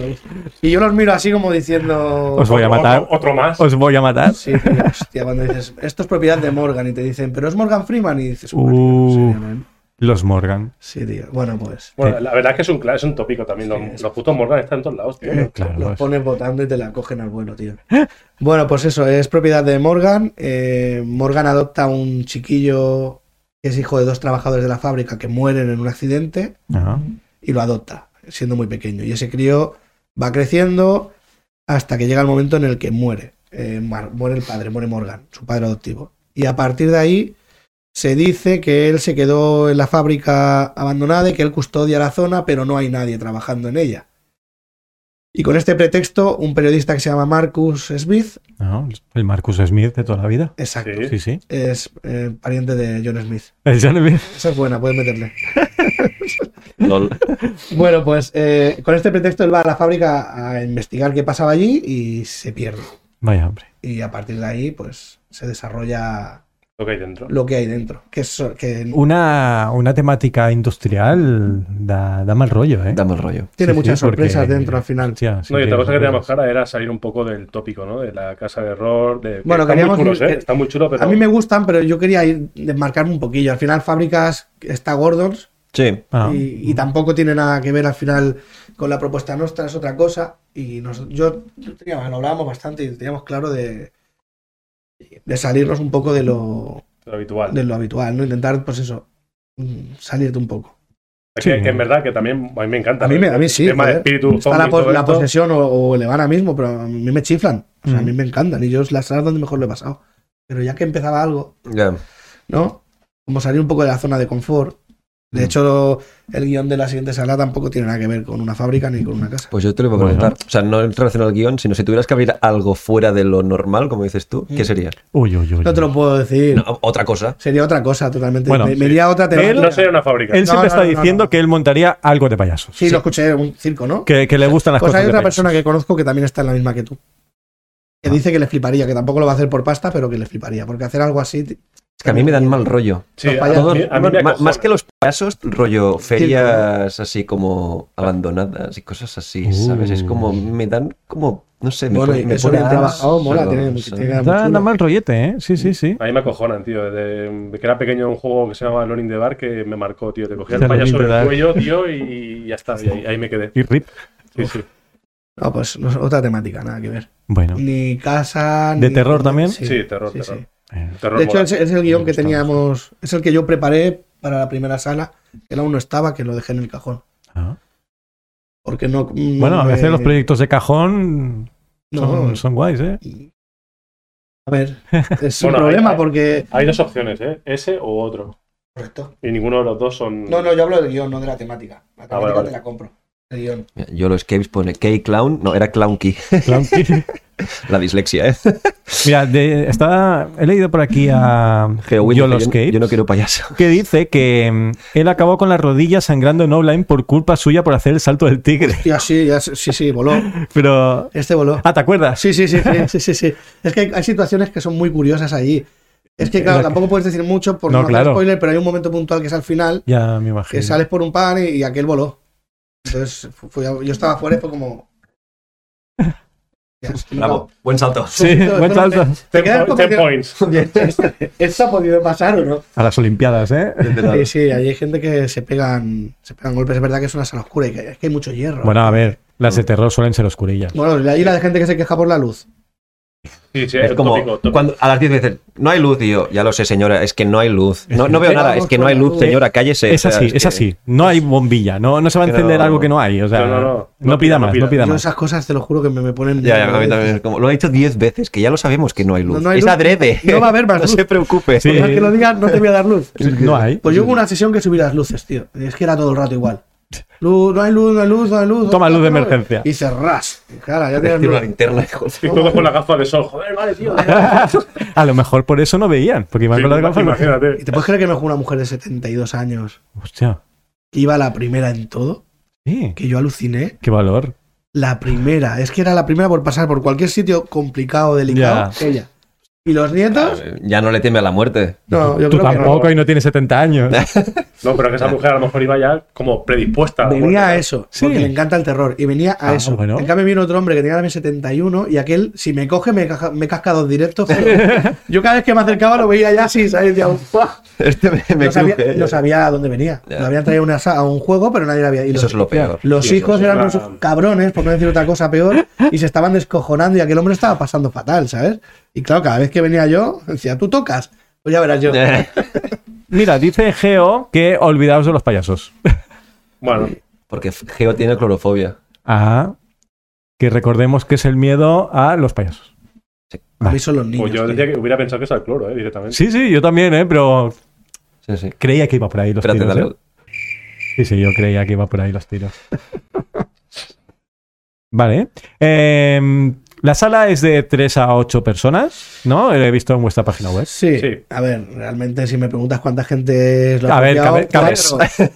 Speaker 4: Y yo los miro así como diciendo.
Speaker 2: Os voy a
Speaker 5: Otro-
Speaker 2: matar.
Speaker 5: Otro, otro más.
Speaker 2: Os voy a matar.
Speaker 4: Sí, tío, hostia, cuando dices, esto es propiedad de Morgan y te dicen, pero es Morgan Freeman y dices,
Speaker 2: Uh.
Speaker 4: "Mario, ¿en serio, no?".
Speaker 2: Los Morgan.
Speaker 4: Sí, tío. Bueno, pues.
Speaker 5: Bueno, la verdad es que es un, cla- es un tópico también. Los, los putos Morgan están en todos lados, tío.
Speaker 4: Los,
Speaker 2: claro,
Speaker 4: ¿eh? los
Speaker 2: es.
Speaker 4: pones votando y te la cogen al vuelo, tío. Bueno, pues eso, es propiedad de Morgan. Eh, Morgan adopta un chiquillo que es hijo de dos trabajadores de la fábrica que mueren en un accidente.
Speaker 2: Ajá.
Speaker 4: y lo adopta, siendo muy pequeño. Y ese crío va creciendo hasta que llega el momento en el que muere. Eh, mar- muere el padre, muere Morgan, su padre adoptivo. Y a partir de ahí se dice que él se quedó en la fábrica abandonada y que él custodia la zona, pero no hay nadie trabajando en ella. Y con este pretexto, un periodista que se llama Marcus Smith,
Speaker 2: Ajá. El Marcus Smith de toda la vida.
Speaker 4: exacto,
Speaker 5: Sí.
Speaker 2: Sí, sí.
Speaker 4: es eh, pariente de John Smith.
Speaker 2: El John Smith.
Speaker 4: Esa es buena, puedes meterle.
Speaker 3: Lol.
Speaker 4: Bueno, pues eh, con este pretexto él va a la fábrica a investigar qué pasaba allí y se pierde.
Speaker 2: Vaya hombre.
Speaker 4: Y a partir de ahí, pues se desarrolla
Speaker 5: Lo que hay dentro.
Speaker 4: lo que hay dentro. Que es, que
Speaker 2: Una, una temática industrial da, da mal rollo, ¿eh?
Speaker 3: Dame el rollo.
Speaker 4: tiene
Speaker 2: sí,
Speaker 4: muchas
Speaker 2: sí, porque-
Speaker 4: sorpresas dentro al final.
Speaker 2: Hostia, sí Ah.
Speaker 5: No, y otra cosa que teníamos
Speaker 2: sorpresas.
Speaker 5: cara era salir un poco del tópico, ¿no? De la casa de error. De, que
Speaker 4: Bueno,
Speaker 5: están
Speaker 4: queríamos-
Speaker 5: muy chulos, ¿eh?
Speaker 4: eh,
Speaker 5: Están muy chulos, pero.
Speaker 4: A mí me gustan, pero yo quería ir desmarcarme un poquillo. Al final, fábricas está Gordons
Speaker 3: Sí.
Speaker 2: Ah,
Speaker 4: y, y tampoco tiene nada que ver al final con la propuesta nuestra, es otra cosa. Y nos, yo teníamos, lo hablábamos bastante y teníamos claro de, de salirnos un poco de lo,
Speaker 5: lo habitual.
Speaker 4: de lo habitual, ¿no? Intentar, pues eso, mm, salirte un poco.
Speaker 5: Es que,
Speaker 2: Sí.
Speaker 5: que en verdad que también a mí me encanta.
Speaker 4: A mí, me- a mí
Speaker 5: El
Speaker 4: sí.
Speaker 5: Tema de
Speaker 4: joder.
Speaker 5: espíritu.
Speaker 4: Está
Speaker 5: zombie
Speaker 4: la,
Speaker 5: y
Speaker 4: pos-
Speaker 5: todo
Speaker 4: la
Speaker 5: esto.
Speaker 4: posesión o, o el Evana mismo, pero a mí me chiflan. O sea, a mí me encantan. Y yo es las salas donde mejor lo he pasado. Pero ya que empezaba algo,
Speaker 3: Ya.
Speaker 4: ¿no? Como salir un poco de la zona de confort. De
Speaker 3: Mm.
Speaker 4: hecho, el guión de la siguiente sala tampoco tiene nada que ver con una fábrica ni con una casa.
Speaker 3: Pues yo te lo voy a
Speaker 2: Bueno.
Speaker 3: preguntar. O sea, no en relación al guión, sino si tuvieras que abrir algo fuera de lo normal, como dices tú, ¿qué
Speaker 4: Mm.
Speaker 3: sería?
Speaker 2: Uy, uy, uy.
Speaker 4: No te lo puedo decir.
Speaker 3: No, otra cosa.
Speaker 4: Sería otra cosa totalmente.
Speaker 2: Pues Bueno,
Speaker 4: me,
Speaker 2: sí.
Speaker 4: me iría a otra
Speaker 5: No,
Speaker 4: temática.
Speaker 5: no sería una fábrica.
Speaker 2: Él
Speaker 4: No,
Speaker 2: siempre
Speaker 4: no,
Speaker 2: está
Speaker 4: no, no,
Speaker 2: diciendo
Speaker 4: no.
Speaker 2: que él montaría algo de payasos.
Speaker 4: Sí, lo escuché en un circo, ¿no?
Speaker 2: Que, que le gustan las
Speaker 4: Pues
Speaker 2: cosas.
Speaker 4: hay
Speaker 2: de
Speaker 4: otra
Speaker 2: payasos.
Speaker 4: persona que conozco que también está en la misma que tú. Que dice que le fliparía, que tampoco lo va a hacer por pasta, pero que le fliparía. Porque hacer algo así.
Speaker 3: Es que a mí me dan mal rollo.
Speaker 5: Sí,
Speaker 4: Los
Speaker 5: a,
Speaker 4: payasos.
Speaker 5: mí, a mí me
Speaker 3: Ma-
Speaker 5: acojona.
Speaker 3: más que los payasos, rollo ferias así como abandonadas y cosas así, ¿sabes? Es como, me dan como, no sé, me,
Speaker 4: Bueno,
Speaker 3: pone-
Speaker 4: y
Speaker 3: me
Speaker 4: eso
Speaker 3: pone
Speaker 4: bien
Speaker 3: alas,
Speaker 4: trabajado, oh, mola,
Speaker 3: pero,
Speaker 4: tiene-
Speaker 3: o sea,
Speaker 4: tiene-
Speaker 2: Da, da
Speaker 4: Muy chulo.
Speaker 2: mal rollete, ¿eh? Sí, sí, sí.
Speaker 5: A mí me acojonan, tío. Desde que era pequeño un juego que se llamaba Learning the Bar que me marcó, tío. Te cogía el
Speaker 2: Learning
Speaker 5: payaso
Speaker 2: the
Speaker 5: del
Speaker 2: Bar.
Speaker 5: cuello, tío, y ya está. Y ahí, ahí me quedé.
Speaker 2: Y rip.
Speaker 5: Sí, sí.
Speaker 4: No, pues no, es otra temática, nada que ver.
Speaker 2: Bueno.
Speaker 4: Ni casa.
Speaker 2: ¿De
Speaker 4: ni-
Speaker 2: terror también?
Speaker 5: Sí, terror, terror.
Speaker 2: eh,
Speaker 5: Terror
Speaker 4: De hecho,
Speaker 5: mola.
Speaker 4: es, es el guión que
Speaker 2: gusta
Speaker 4: teníamos. Es el que yo preparé para la primera sala. Que aún no estaba, que lo dejé en el cajón.
Speaker 2: ah.
Speaker 4: Porque no. no
Speaker 2: Bueno, a
Speaker 4: me-
Speaker 2: veces los proyectos de cajón son,
Speaker 4: no,
Speaker 2: son guays, ¿eh?
Speaker 4: A ver, es un
Speaker 5: Bueno, ahí-
Speaker 4: problema
Speaker 5: ahí-
Speaker 4: porque.
Speaker 5: Hay dos opciones, ¿eh? Ese o otro.
Speaker 4: Correcto.
Speaker 5: Y ninguno de los dos son.
Speaker 4: No, no, yo hablo del guión, no de la temática. La temática
Speaker 5: vale, vale.
Speaker 4: te la compro. El guión.
Speaker 3: Mira, Yo los escapes pone K-Clown, no, era Clown Key,
Speaker 2: Clown Kid.
Speaker 3: la dislexia, ¿eh?
Speaker 2: Mira, de- está, he leído por aquí a
Speaker 3: Geowin
Speaker 2: Yolo
Speaker 3: dice, yo,
Speaker 2: Escape,
Speaker 3: yo no quiero payaso.
Speaker 2: que dice que mm, él acabó con las rodillas sangrando en online por culpa suya por hacer el salto del tigre.
Speaker 4: Ya sí, ya sí, sí, sí, voló.
Speaker 2: Pero.
Speaker 4: Este voló.
Speaker 2: Ah, ¿te acuerdas?
Speaker 4: Sí, sí, sí, sí, sí, sí, sí. Es que hay, hay situaciones que son muy curiosas allí. Es que,
Speaker 2: La-
Speaker 4: claro, tampoco puedes decir mucho por
Speaker 2: No,
Speaker 4: no, hacer
Speaker 2: claro.
Speaker 4: spoiler, pero hay un momento puntual que es al final,
Speaker 2: Ya me
Speaker 4: que
Speaker 2: imagino.
Speaker 4: sales por un pan y, y aquel voló. Entonces, fu- fui a- yo estaba fuera y fue como... Ya, estoy loco.
Speaker 3: buen salto.
Speaker 2: Sí, buen
Speaker 4: Esto-
Speaker 2: salto.
Speaker 4: Te
Speaker 5: Ten,
Speaker 4: quedas
Speaker 5: po-
Speaker 4: como
Speaker 5: ten
Speaker 4: que-
Speaker 5: points.
Speaker 4: ¿Eso ha podido pasar o no?
Speaker 2: A las Olimpiadas, ¿eh?
Speaker 4: Sí, sí, allí hay gente que se pegan, se pegan golpes. Es verdad que es una sala oscura y que, es que hay mucho hierro.
Speaker 2: Bueno, a ver, las de terror suelen ser oscurillas.
Speaker 4: Bueno, ahí la de gente que se queja por la luz.
Speaker 5: Sí, sí,
Speaker 3: Es
Speaker 5: el
Speaker 3: como
Speaker 5: tópico, tópico.
Speaker 3: cuando a las 10 veces, no hay luz, y yo, ya lo sé, señora, es que no hay luz. No, no veo
Speaker 4: Pero
Speaker 3: nada,
Speaker 4: vamos
Speaker 3: es que no
Speaker 4: con
Speaker 3: hay
Speaker 4: la
Speaker 3: luz,
Speaker 4: luz.
Speaker 3: señora, cállese.
Speaker 2: Es
Speaker 3: o sea, eh,
Speaker 2: así,
Speaker 3: que-
Speaker 2: es así. No hay bombilla, no, no se va a
Speaker 3: Pero-
Speaker 2: encender algo que no hay. O sea,
Speaker 5: No, no, no.
Speaker 2: no, pida
Speaker 5: No pida,
Speaker 2: más,
Speaker 5: no
Speaker 2: no pida
Speaker 4: Yo
Speaker 2: más.
Speaker 4: esas cosas, te lo juro, que me, me ponen...
Speaker 3: Ya, ya, a mí también es como, lo ha dicho 10 veces, que ya lo sabemos que no hay luz.
Speaker 4: No, no hay
Speaker 3: es
Speaker 4: luz.
Speaker 3: adrede.
Speaker 4: No va a haber más
Speaker 3: No
Speaker 4: luz.
Speaker 3: se preocupe.
Speaker 2: Sí.
Speaker 4: Por más que lo digas, no te voy a dar luz.
Speaker 2: No hay.
Speaker 4: Pues yo hubo una sesión que subí las luces, tío. Y Es que era todo el rato igual. Luz, no hay luz, no hay luz, no hay luz.
Speaker 2: Toma luz de
Speaker 4: No hay-
Speaker 2: emergencia. Este
Speaker 4: Y cerrás. Y Claro, ya tienes
Speaker 3: Tiene una
Speaker 4: luz.
Speaker 3: linterna, hijo
Speaker 5: Y
Speaker 3: de-
Speaker 5: todo con la gafa de sol. Joder, vale, tío.
Speaker 2: A lo mejor por eso no veían, porque iban con las gafas.
Speaker 5: Imagínate.
Speaker 4: ¿Y te puedes creer que me jugó una mujer de 72 años
Speaker 2: Hostia,
Speaker 4: que iba la primera en todo?
Speaker 2: sí,
Speaker 4: Que yo aluciné.
Speaker 2: qué valor.
Speaker 4: La primera. Es que era la primera por pasar por cualquier sitio complicado, delicado. Ella. ¿Y los nietos?
Speaker 3: Ya no le teme a la muerte.
Speaker 4: No, yo
Speaker 2: Tú
Speaker 4: creo que no.
Speaker 2: tampoco y no tienes 70 años.
Speaker 5: No, pero que esa mujer a lo mejor iba ya como predispuesta.
Speaker 4: Venía a eso,
Speaker 2: Sí.
Speaker 4: porque le encanta el terror. Y venía a
Speaker 2: Ah,
Speaker 4: eso.
Speaker 2: bueno.
Speaker 4: En cambio, vino otro hombre que tenía también 71 y aquel, si me coge, me, caja- me casca dos directos. pero yo cada vez que me acercaba lo veía ya así, ¿sabes? Ya, ¡buah!
Speaker 3: Este me, me
Speaker 4: no, sabía,
Speaker 3: cruje.
Speaker 4: no sabía a dónde venía.
Speaker 3: Ya.
Speaker 4: Lo habían traído una sa- a un juego, pero nadie lo había. Y
Speaker 3: Eso
Speaker 4: los-
Speaker 3: es lo peor.
Speaker 4: Los
Speaker 5: Sí, eso
Speaker 4: hijos
Speaker 5: es
Speaker 4: eran
Speaker 5: una-
Speaker 4: unos cabrones, por no decir otra cosa peor, y se estaban descojonando y aquel hombre estaba pasando fatal, ¿sabes? Y claro, cada vez que venía yo, decía, tú tocas. Pues ya verás yo.
Speaker 2: Mira, dice Geo que olvidaos de los payasos.
Speaker 5: Bueno, pues
Speaker 3: Porque Geo tiene clorofobia.
Speaker 2: Ah, que recordemos que es el miedo a los payasos.
Speaker 4: A mí son los niños.
Speaker 5: pues yo
Speaker 4: tío.
Speaker 5: decía que hubiera pensado que es al cloro, ¿eh? Directamente.
Speaker 2: Sí, sí, yo también, ¿eh? Pero
Speaker 3: Sí, sí.
Speaker 2: creía que iba por ahí los
Speaker 3: Espérate,
Speaker 2: tiros.
Speaker 3: dale.
Speaker 2: ¿eh? Sí, sí, yo creía que iba por ahí los tiros. vale. Eh, la sala es de 3 a 8 personas, ¿no? Lo he visto en vuestra página web.
Speaker 4: Sí.
Speaker 5: Sí.
Speaker 4: A ver, realmente si me preguntas cuánta gente es lo
Speaker 2: A
Speaker 4: ha
Speaker 2: ver,
Speaker 4: copiado,
Speaker 2: cabe- cabes.
Speaker 4: cuatro.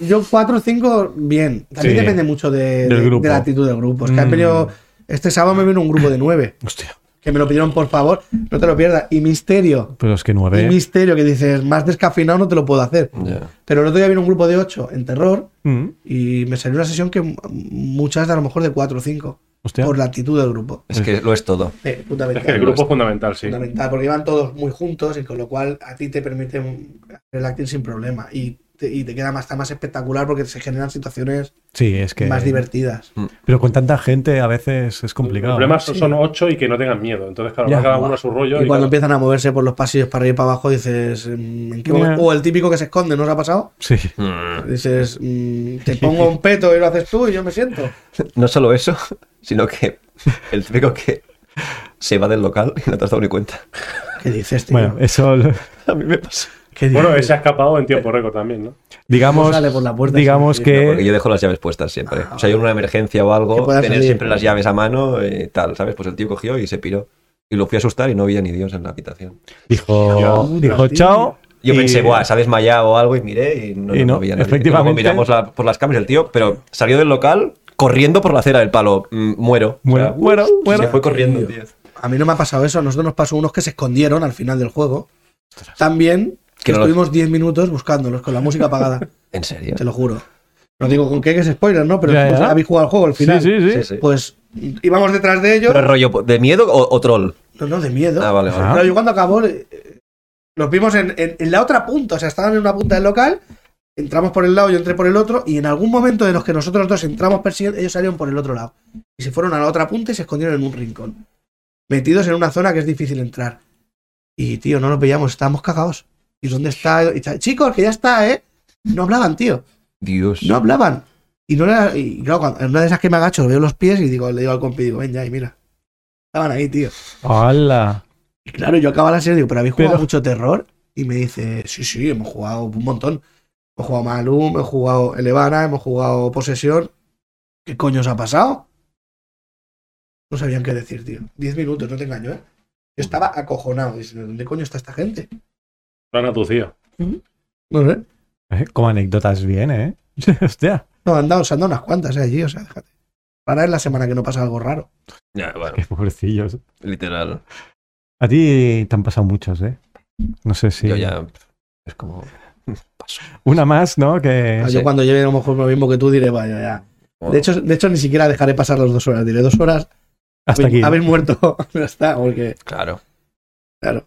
Speaker 4: Yo cuatro o cinco, bien. También
Speaker 2: Sí.
Speaker 4: depende mucho de,
Speaker 2: Del
Speaker 4: de-
Speaker 2: grupo.
Speaker 4: de la actitud del grupo. Es que han
Speaker 2: Mm.
Speaker 4: venido- este sábado me vino un grupo de nueve,
Speaker 2: Hostia.
Speaker 4: que me lo pidieron por favor, no te lo pierdas. Y misterio.
Speaker 2: Pero es que
Speaker 4: Y
Speaker 2: 9.
Speaker 4: misterio que dices, más descafinado no te lo puedo hacer.
Speaker 3: Ya.
Speaker 4: Pero el otro día vino un grupo de ocho en terror
Speaker 2: Mm,
Speaker 4: y me salió una sesión que m- muchas a lo mejor de cuatro o cinco.
Speaker 2: Hostia.
Speaker 4: Por la actitud del grupo.
Speaker 3: Es que lo es todo.
Speaker 4: Eh,
Speaker 5: Es que
Speaker 4: fundamental.
Speaker 5: el grupo es fundamental, sí.
Speaker 4: fundamental, porque iban todos muy juntos y con lo cual a ti te permite un- hacer el acting sin problema y te, y te queda más, está más espectacular porque se generan situaciones
Speaker 2: Sí, es que.
Speaker 4: más divertidas.
Speaker 2: Pero con tanta gente a veces es complicado.
Speaker 5: El problema son- son ocho y que no tengan miedo. Entonces, claro,
Speaker 2: Ya.
Speaker 5: va cada uno a su rollo.
Speaker 4: Y cuando
Speaker 5: cada-
Speaker 4: empiezan a moverse por los pasillos para arriba y para abajo dices, mm, ¿en qué
Speaker 2: Ya.
Speaker 4: momento? O el típico que se esconde, ¿no os ha pasado?
Speaker 2: Sí.
Speaker 3: Hmm.
Speaker 4: Dices, mm, te pongo un peto y lo haces tú y yo me siento.
Speaker 3: No solo eso, sino que el típico que se va del local y no te has dado ni cuenta.
Speaker 4: ¿Qué dices, tío?
Speaker 2: Bueno, eh, eso. lo-
Speaker 3: A mí me pasa.
Speaker 4: ¿Qué dices?
Speaker 5: Bueno, ese ha escapado en tiempo récord también, ¿no?
Speaker 2: Digamos,
Speaker 4: sale por la puerta,
Speaker 2: digamos
Speaker 4: sí.
Speaker 3: No, porque
Speaker 2: que
Speaker 3: yo dejo las llaves puestas siempre. o sea, hay una emergencia o
Speaker 4: Que
Speaker 3: algo,
Speaker 4: pueda
Speaker 3: tener
Speaker 4: salir.
Speaker 3: siempre las llaves a mano y tal, ¿sabes? Pues el tío cogió y se piró. Y lo fui a asustar y no había ni Dios en la habitación.
Speaker 2: dijo,
Speaker 4: Dios,
Speaker 2: dijo
Speaker 4: tío.
Speaker 2: chao.
Speaker 3: Yo
Speaker 2: y-
Speaker 3: pensé, guau, se ha desmayado o algo y miré y no,
Speaker 2: Y no,
Speaker 3: había nadie.
Speaker 2: efectivamente.
Speaker 3: Luego miramos la- por las cámaras el tío, pero salió del local corriendo por la acera del palo. Mm, muero.
Speaker 2: Muero, muero,
Speaker 3: y
Speaker 2: muero.
Speaker 3: Se fue corriendo, tío.
Speaker 4: A mí no me ha pasado eso. A nosotros nos pasó unos que se escondieron al final del juego. También
Speaker 3: Que no los-
Speaker 4: estuvimos 10 minutos buscándolos con la música apagada.
Speaker 3: ¿En serio?
Speaker 4: Te lo juro. No digo con qué que es spoiler, ¿no? Pero
Speaker 2: Ya,
Speaker 4: pues,
Speaker 2: ya.
Speaker 4: habéis jugado al juego al final.
Speaker 2: Sí, sí, sí.
Speaker 3: Sí, sí.
Speaker 4: Pues íbamos detrás de ellos.
Speaker 3: ¿Pero rollo de miedo o, o troll?
Speaker 4: No, no, de miedo.
Speaker 3: Ah, vale,
Speaker 2: Ah.
Speaker 3: vale.
Speaker 4: Pero yo cuando acabó, eh, eh, los vimos en, en- en la otra punta. O sea, estaban en una punta del local. Entramos por el lado, yo entré por el otro. Y en algún momento de los que nosotros dos entramos persiguiendo, ellos salieron por el otro lado. Y se fueron a la otra punta y se escondieron en un rincón. Metidos en una zona que es difícil entrar. Y, tío, no nos veíamos, estábamos cagados. ¿Y dónde está? Y tal, Chicos, que ya está, ¿eh? No hablaban, tío.
Speaker 3: Dios.
Speaker 4: No hablaban. Y no era. Y claro, cuando- en una de esas que me agacho, veo los pies y digo, le digo al compi, digo, ven ya y mira. Estaban ahí, tío.
Speaker 2: ¡Hala!
Speaker 4: Y claro, yo acababa la serie, digo, pero habéis jugado
Speaker 2: Pero-
Speaker 4: mucho terror. Y me dice, sí, sí, hemos jugado un montón. Hemos jugado Malum, hemos jugado Elevana, hemos jugado Posesión. ¿Qué coño os ha pasado? No sabían qué decir, tío. Diez minutos, no te engaño, ¿eh? Yo estaba acojonado. Dice, ¿dónde coño está esta gente?
Speaker 5: Plan a tu tío.
Speaker 4: No sé.
Speaker 2: Eh, Como anécdotas bien, ¿eh? Hostia.
Speaker 4: No, han dado, se han dado unas cuantas, ¿eh? Allí, o sea, déjate. Para es la semana que no pasa algo raro.
Speaker 3: Ya, bueno,
Speaker 2: Qué pobrecillos.
Speaker 3: literal.
Speaker 2: A ti te han pasado muchos, ¿eh? No sé si...
Speaker 3: Yo ya. Es como. Paso.
Speaker 2: Una más, ¿no? Que...
Speaker 4: Ah,
Speaker 3: sí.
Speaker 4: Yo cuando lleve a lo mejor lo mismo que tú diré, vaya, ya. De hecho, de hecho, ni siquiera dejaré pasar las dos horas. Diré dos horas.
Speaker 2: Hasta
Speaker 4: habéis,
Speaker 2: aquí.
Speaker 4: habéis muerto. ya está, porque.
Speaker 3: Claro.
Speaker 4: Claro.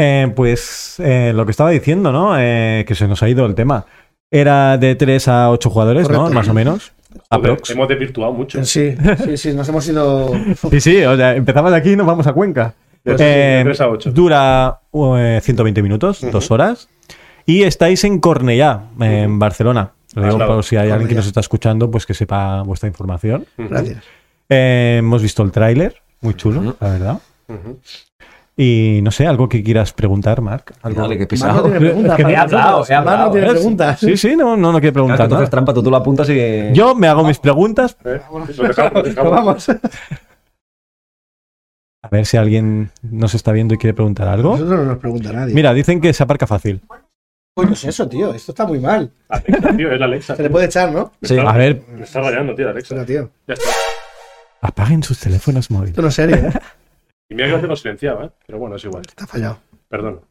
Speaker 2: Eh, pues eh, lo que estaba diciendo, ¿no? Eh, que se nos ha ido el tema. Era de 3 a 8 jugadores, ¿no?
Speaker 4: Correcto.
Speaker 2: Más o menos.
Speaker 5: Joder,
Speaker 2: Aprox.
Speaker 5: hemos desvirtuado mucho.
Speaker 4: Sí, sí, sí, nos hemos ido.
Speaker 2: Sí, sí, o sea, empezamos aquí y nos vamos a Cuenca.
Speaker 5: De
Speaker 2: Eh,
Speaker 5: 3 a 8.
Speaker 2: Dura eh, 120 minutos, dos horas. Y estáis en Cornellá, en Barcelona. Lo digo
Speaker 5: Al lado.
Speaker 2: por si hay alguien que
Speaker 4: Cornellá.
Speaker 2: nos está escuchando, pues que sepa vuestra información.
Speaker 4: Gracias.
Speaker 2: Eh, hemos visto el tráiler, muy chulo, la verdad. Y no sé, algo que quieras preguntar, Marc. ¿Algo?
Speaker 3: Dale, qué
Speaker 4: Mar
Speaker 3: pesado.
Speaker 4: no tiene
Speaker 2: Es
Speaker 4: preguntas.
Speaker 2: que
Speaker 4: para
Speaker 2: he
Speaker 4: nosotros.
Speaker 3: hablado, he
Speaker 4: Mar no
Speaker 3: hablado,
Speaker 4: tiene
Speaker 2: ¿eh?
Speaker 4: preguntas.
Speaker 2: Sí, sí, no, no, no quiero
Speaker 3: Claro,
Speaker 2: preguntar
Speaker 3: entonces
Speaker 2: nada.
Speaker 3: trampa, tú, tú lo apuntas y.
Speaker 2: Yo me hago mis preguntas.
Speaker 5: Eh, lo dejamos, lo dejamos.
Speaker 4: Vamos.
Speaker 2: A ver si alguien nos está viendo y quiere preguntar algo.
Speaker 4: Nosotros no nos pregunta nadie.
Speaker 2: Mira, dicen que se aparca fácil.
Speaker 4: coño es eso, tío? Esto está muy mal.
Speaker 5: Alexa, tío, es la Alexa.
Speaker 4: Se le puede echar, ¿no?
Speaker 3: Sí.
Speaker 5: Claro.
Speaker 2: A ver,
Speaker 5: Me está rayando, tío, la Alexa.
Speaker 4: Espera, tío.
Speaker 5: Ya está.
Speaker 2: apaguen sus teléfonos móviles.
Speaker 4: Esto no es serio, ¿eh?
Speaker 5: Y mira que lo tengo silenciado, ¿eh? Pero bueno, es igual.
Speaker 4: Está fallado.
Speaker 5: Perdón.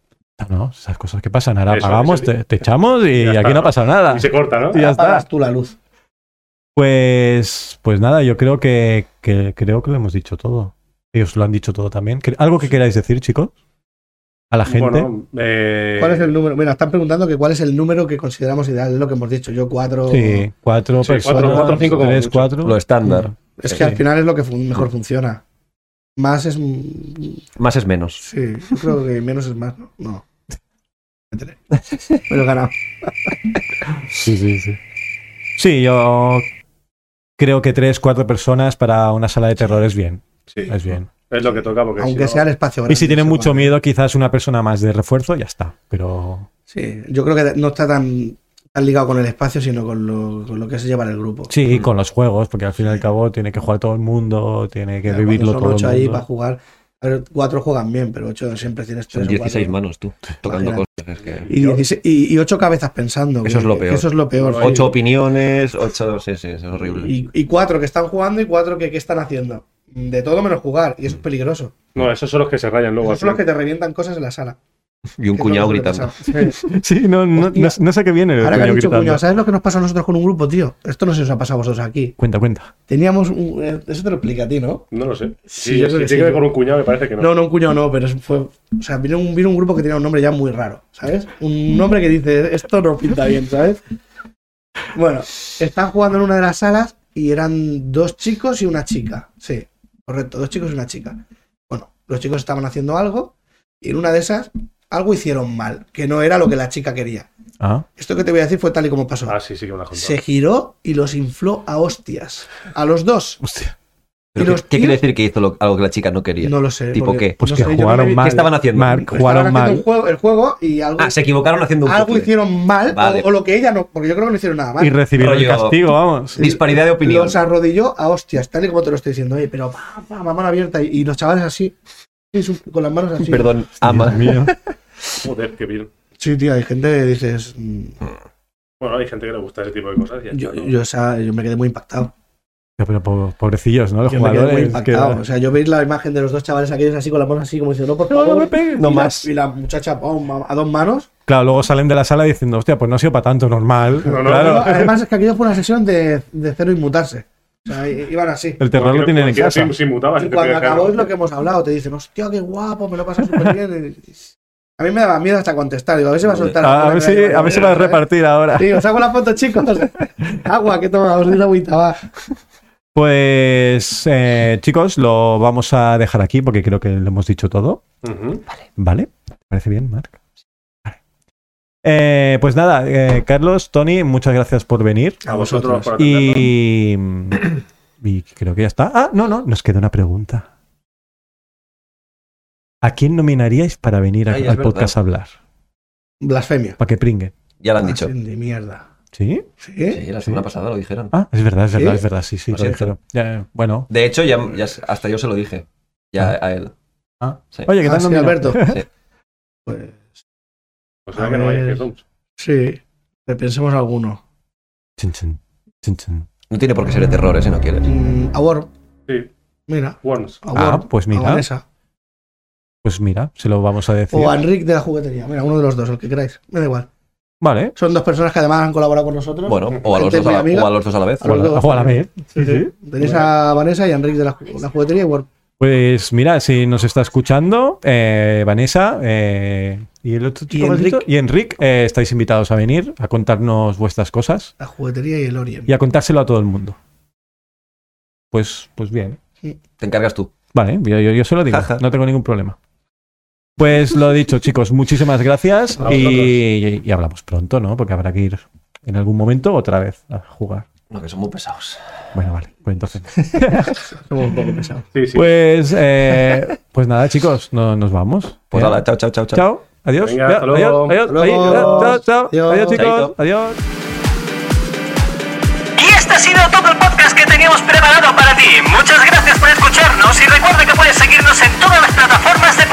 Speaker 2: No, no, esas cosas que pasan. Ahora
Speaker 5: Eso,
Speaker 2: pagamos,
Speaker 5: eso.
Speaker 2: te, te echamos y
Speaker 5: Ya
Speaker 2: aquí
Speaker 5: está,
Speaker 2: no ha
Speaker 5: ¿no?
Speaker 2: pasado nada.
Speaker 5: Y se corta, ¿no?
Speaker 2: Y ya está.
Speaker 4: Apagas tú la luz.
Speaker 2: Pues, pues nada, yo creo que, que- creo que lo hemos dicho todo. Ellos lo han dicho todo también. ¿Que- ¿Algo que queráis decir, chicos? A la gente.
Speaker 5: Bueno, eh,
Speaker 4: ¿Cuál es el número? Mira, están preguntando que cuál es el número que consideramos ideal, es lo que hemos dicho. Yo cuatro.
Speaker 2: sí, cuatro
Speaker 5: Sí, cuatro,
Speaker 2: personas.
Speaker 5: cuatro, cinco como
Speaker 2: tres,
Speaker 5: mucho.
Speaker 2: cuatro.
Speaker 3: Lo estándar.
Speaker 4: Es que
Speaker 2: Sí.
Speaker 4: al final es lo que fun- mejor funciona. Más es. Sí,
Speaker 3: Más es menos.
Speaker 4: yo creo que menos es más, ¿no? No. Métele. Me lo he ganado.
Speaker 2: Sí, sí, sí. Sí, yo creo que tres, cuatro personas para una sala de terror es bien.
Speaker 5: sí,
Speaker 2: Es bien.
Speaker 5: es lo que toca porque si
Speaker 4: Aunque
Speaker 5: no-
Speaker 4: sea el espacio grande.
Speaker 2: Y si tienen
Speaker 4: eso
Speaker 2: mucho
Speaker 4: vale.
Speaker 2: miedo, quizás una persona más de refuerzo, ya está. Pero
Speaker 4: Sí, yo creo que no está tan, tan ligado con el espacio, sino con lo, con lo que es llevar el grupo.
Speaker 2: sí, y con los juegos, porque al fin y al cabo tiene que jugar todo el mundo, tiene que
Speaker 4: Claro, cuando
Speaker 2: vivirlo
Speaker 4: son
Speaker 2: todo el
Speaker 4: ocho
Speaker 2: mundo.
Speaker 4: ahí para jugar. A ver, cuatro juegan bien, pero ocho siempre tienes tres.
Speaker 3: Son
Speaker 4: o cuatro.
Speaker 3: 16 manos, tú, tocando
Speaker 4: Imagínate.
Speaker 3: cosas. es que-
Speaker 4: Y, 16 y, y ocho cabezas pensando.
Speaker 3: Eso es lo peor.
Speaker 4: Eso es lo peor.
Speaker 3: Ocho opiniones, ocho... Sí, sí, es horrible.
Speaker 4: Y, y cuatro que están jugando y cuatro que, que están haciendo. De todo menos jugar. Y eso es peligroso.
Speaker 5: No, esos son los que se rayan luego.
Speaker 4: Esos son los
Speaker 5: así.
Speaker 4: que te revientan cosas en la sala.
Speaker 3: Y un
Speaker 4: Que
Speaker 3: cuñado
Speaker 4: no es lo que
Speaker 3: gritando.
Speaker 4: pasa. Sí.
Speaker 2: Sí, no, no, no- no sé qué viene. el
Speaker 4: Ahora que has
Speaker 2: coño
Speaker 4: dicho
Speaker 2: gritando.
Speaker 4: cuñado, ¿sabes lo que nos pasó a nosotros con un grupo, tío? Esto no se os ha pasado a vosotros aquí.
Speaker 2: Cuenta, cuenta.
Speaker 4: Teníamos un. eh, Eso te lo explica a ti, ¿no?
Speaker 5: No lo sé.
Speaker 4: Sí, yo
Speaker 5: Sí, si
Speaker 4: creo que
Speaker 5: tiene
Speaker 4: sí.
Speaker 5: que ver con un cuñado, me parece que no.
Speaker 4: No, no, un cuñado no, pero eso fue. O sea, vino un, vino un grupo que tenía un nombre ya muy raro, ¿sabes? Un nombre que dice, esto no pinta bien, ¿sabes? Bueno, estaban jugando en una de las salas y eran dos chicos y una chica. Sí, correcto, dos chicos y una chica. Bueno, los chicos estaban haciendo algo y en una de esas algo hicieron mal, que no era lo que la chica quería.
Speaker 2: Ah,
Speaker 4: Esto que te voy a decir fue tal y como pasó.
Speaker 5: Ah, sí, sí que me la has contado.
Speaker 4: Se giró y los infló a hostias. A los dos.
Speaker 2: hostia.
Speaker 3: Pero
Speaker 4: Y
Speaker 3: ¿qué-
Speaker 4: los
Speaker 3: ¿Qué quiere
Speaker 4: tíos-
Speaker 3: decir que hizo lo- algo que la chica no quería?
Speaker 4: No lo sé.
Speaker 3: ¿Tipo
Speaker 4: porque-
Speaker 3: qué?
Speaker 2: Pues
Speaker 4: no
Speaker 2: que
Speaker 4: sé, yo no
Speaker 2: jugaron
Speaker 4: me vi-
Speaker 2: mal.
Speaker 3: ¿Qué estaban haciendo?
Speaker 2: Mal,
Speaker 4: Estaban
Speaker 2: jugaron
Speaker 4: haciendo
Speaker 2: mal.
Speaker 4: un juego- el juego y algo
Speaker 3: Ah, se equivocaron haciendo un
Speaker 4: algo
Speaker 3: puzzle.
Speaker 4: hicieron mal
Speaker 3: Vale.
Speaker 4: o, o lo que ella no, porque yo creo que no hicieron nada mal.
Speaker 2: Y recibieron el
Speaker 3: Rollo-
Speaker 2: castigo, vamos.
Speaker 3: Disparidad de opinión.
Speaker 4: los arrodilló a hostias, tal y como te lo estoy diciendo, oye, pero pa, pa, la mano abierta y, y los chavales así, y su- con las manos así.
Speaker 3: Perdón, ama.
Speaker 2: Dios mío.
Speaker 5: Joder, qué bien.
Speaker 4: Sí, tío, hay gente que dices, mm,
Speaker 5: Bueno, hay gente que le gusta ese tipo de cosas. y-
Speaker 4: yo, yo, o sea, yo me quedé muy impactado.
Speaker 2: Ya, Pero po- pobrecillos, ¿no? Los
Speaker 4: Yo me quedé
Speaker 2: jugadores.
Speaker 4: muy
Speaker 2: que-
Speaker 4: impactado. O sea, yo veis la imagen de los dos chavales aquellos así con las manos así como diciendo, no, por
Speaker 2: No,
Speaker 4: favor.
Speaker 2: no me pegues.
Speaker 4: y
Speaker 2: Y
Speaker 4: la- y la muchacha pum, a a dos manos.
Speaker 2: la- Claro, luego salen de la sala diciendo, hostia, pues no ha sido para tanto, normal.
Speaker 5: No, no,
Speaker 2: claro.
Speaker 4: No, Además es que aquello fue una sesión de, de cero inmutarse. O sea, i- iban así.
Speaker 2: El terror lo
Speaker 5: Cualquier-
Speaker 2: Este tienen en
Speaker 5: cualquier
Speaker 2: casa.
Speaker 5: sim- este simutaba,
Speaker 4: Y
Speaker 5: si te
Speaker 4: cuando
Speaker 5: pega el
Speaker 4: acabó es
Speaker 5: carro.
Speaker 4: lo que hemos hablado, te dicen, hostia, qué guapo, me lo pasas súper bien. A mí me daba miedo hasta contestar, digo, a ver si va a soltar. la
Speaker 2: Ah, A
Speaker 4: bola
Speaker 2: ver
Speaker 4: que
Speaker 2: si,
Speaker 4: me lleva
Speaker 2: a ver si
Speaker 4: yo,
Speaker 2: va a
Speaker 4: ¿sabes?
Speaker 2: repartir ahora.
Speaker 4: Sí, os hago la foto, chicos. Agua, que tomamos, una agüita, va.
Speaker 2: Pues, eh, chicos, lo vamos a dejar aquí porque creo que lo hemos dicho todo.
Speaker 5: Ujú.
Speaker 2: ¿Vale? ¿Te parece bien, Marc? Vale. Eh, pues nada, eh, Carlos, Tony, muchas gracias por venir.
Speaker 5: A vosotros por atendernos.
Speaker 2: Y, y creo que ya está. Ah, no, no, nos queda una pregunta. ¿A quién nominaríais para venir a-
Speaker 3: Ay, es
Speaker 2: al
Speaker 3: verdad.
Speaker 2: podcast a hablar?
Speaker 4: Blasfemia.
Speaker 2: Para que pringuen.
Speaker 3: Ya lo han dicho.
Speaker 4: Ah, sí, De mierda.
Speaker 2: ¿Sí.
Speaker 4: ¿Sí?
Speaker 3: Sí, la semana pasada lo dijeron.
Speaker 2: Ah, es verdad, es
Speaker 4: ¿Sí?
Speaker 2: verdad, es verdad. Sí, sí,
Speaker 3: Lo
Speaker 2: lo
Speaker 3: siento.
Speaker 2: dijeron. Ya, bueno.
Speaker 3: De hecho, ya, ya hasta yo se lo dije. Ya a él.
Speaker 2: Ah.
Speaker 3: Sí.
Speaker 2: Oye, ¿qué
Speaker 4: Ah,
Speaker 2: tal
Speaker 4: sí,
Speaker 2: nominado?
Speaker 4: Alberto.
Speaker 3: Sí.
Speaker 4: Pues
Speaker 5: O sea que no vaya a decir Dooms.
Speaker 4: sí, le pensemos alguno.
Speaker 2: Chin, chin, chin, chin.
Speaker 3: No tiene por qué ser de terror, eh, si no quieres.
Speaker 4: Mm, a Worm,
Speaker 5: Sí,
Speaker 4: mira.
Speaker 5: Worms.
Speaker 4: A
Speaker 2: Ah,
Speaker 4: Worm,
Speaker 2: pues
Speaker 4: a
Speaker 2: mira,
Speaker 4: Vanessa.
Speaker 2: pues mira, se lo vamos a decir.
Speaker 4: O a Enric de la juguetería. Mira, uno de los dos, el que queráis. Me da igual.
Speaker 2: Vale.
Speaker 4: Son dos personas que además han colaborado con nosotros.
Speaker 3: Bueno, o a, los
Speaker 4: Gente
Speaker 3: dos a
Speaker 4: muy
Speaker 3: la,
Speaker 4: amiga.
Speaker 3: o a los dos a la vez.
Speaker 4: A los dos.
Speaker 2: Ojo a la vez. Sí, sí.
Speaker 4: Tenéis a Vanessa y a Enrique de la, ju- la juguetería y Worm.
Speaker 2: Pues mira, si nos está escuchando, eh, Vanessa eh, y el otro chico
Speaker 4: Y
Speaker 2: ¿me has
Speaker 4: Enric.
Speaker 2: dicho? y Enric, eh, estáis invitados a venir a contarnos vuestras cosas
Speaker 4: La juguetería y el Orient.
Speaker 2: y a contárselo a todo el mundo. Pues, pues bien.
Speaker 3: Te encargas tú.
Speaker 2: Vale, yo, yo, yo se lo digo,
Speaker 3: Jaja.
Speaker 2: no tengo ningún problema. Pues lo dicho, chicos, muchísimas gracias
Speaker 5: A
Speaker 2: y, y hablamos pronto, ¿no? Porque habrá que ir en algún momento otra vez a jugar.
Speaker 3: No, que son muy pesados.
Speaker 2: Bueno, vale, pues entonces.
Speaker 4: Somos un poco pesados.
Speaker 5: Sí, sí.
Speaker 2: Pues, eh, pues nada, chicos, no, nos vamos.
Speaker 3: Pues
Speaker 2: ¿eh?
Speaker 3: hala, chao, chao, chao, chao.
Speaker 2: Chao. Adiós.
Speaker 5: Venga,
Speaker 2: Adiós,
Speaker 5: hasta luego.
Speaker 2: Adiós.
Speaker 4: Hasta luego.
Speaker 2: Adiós. Chao, chao.
Speaker 4: Adiós.
Speaker 2: Adiós, chicos.
Speaker 3: Chaito.
Speaker 2: Adiós.
Speaker 1: Y este ha sido todo el podcast que teníamos preparado para ti. Muchas gracias por escucharnos y recuerda que puedes seguirnos en todas las plataformas de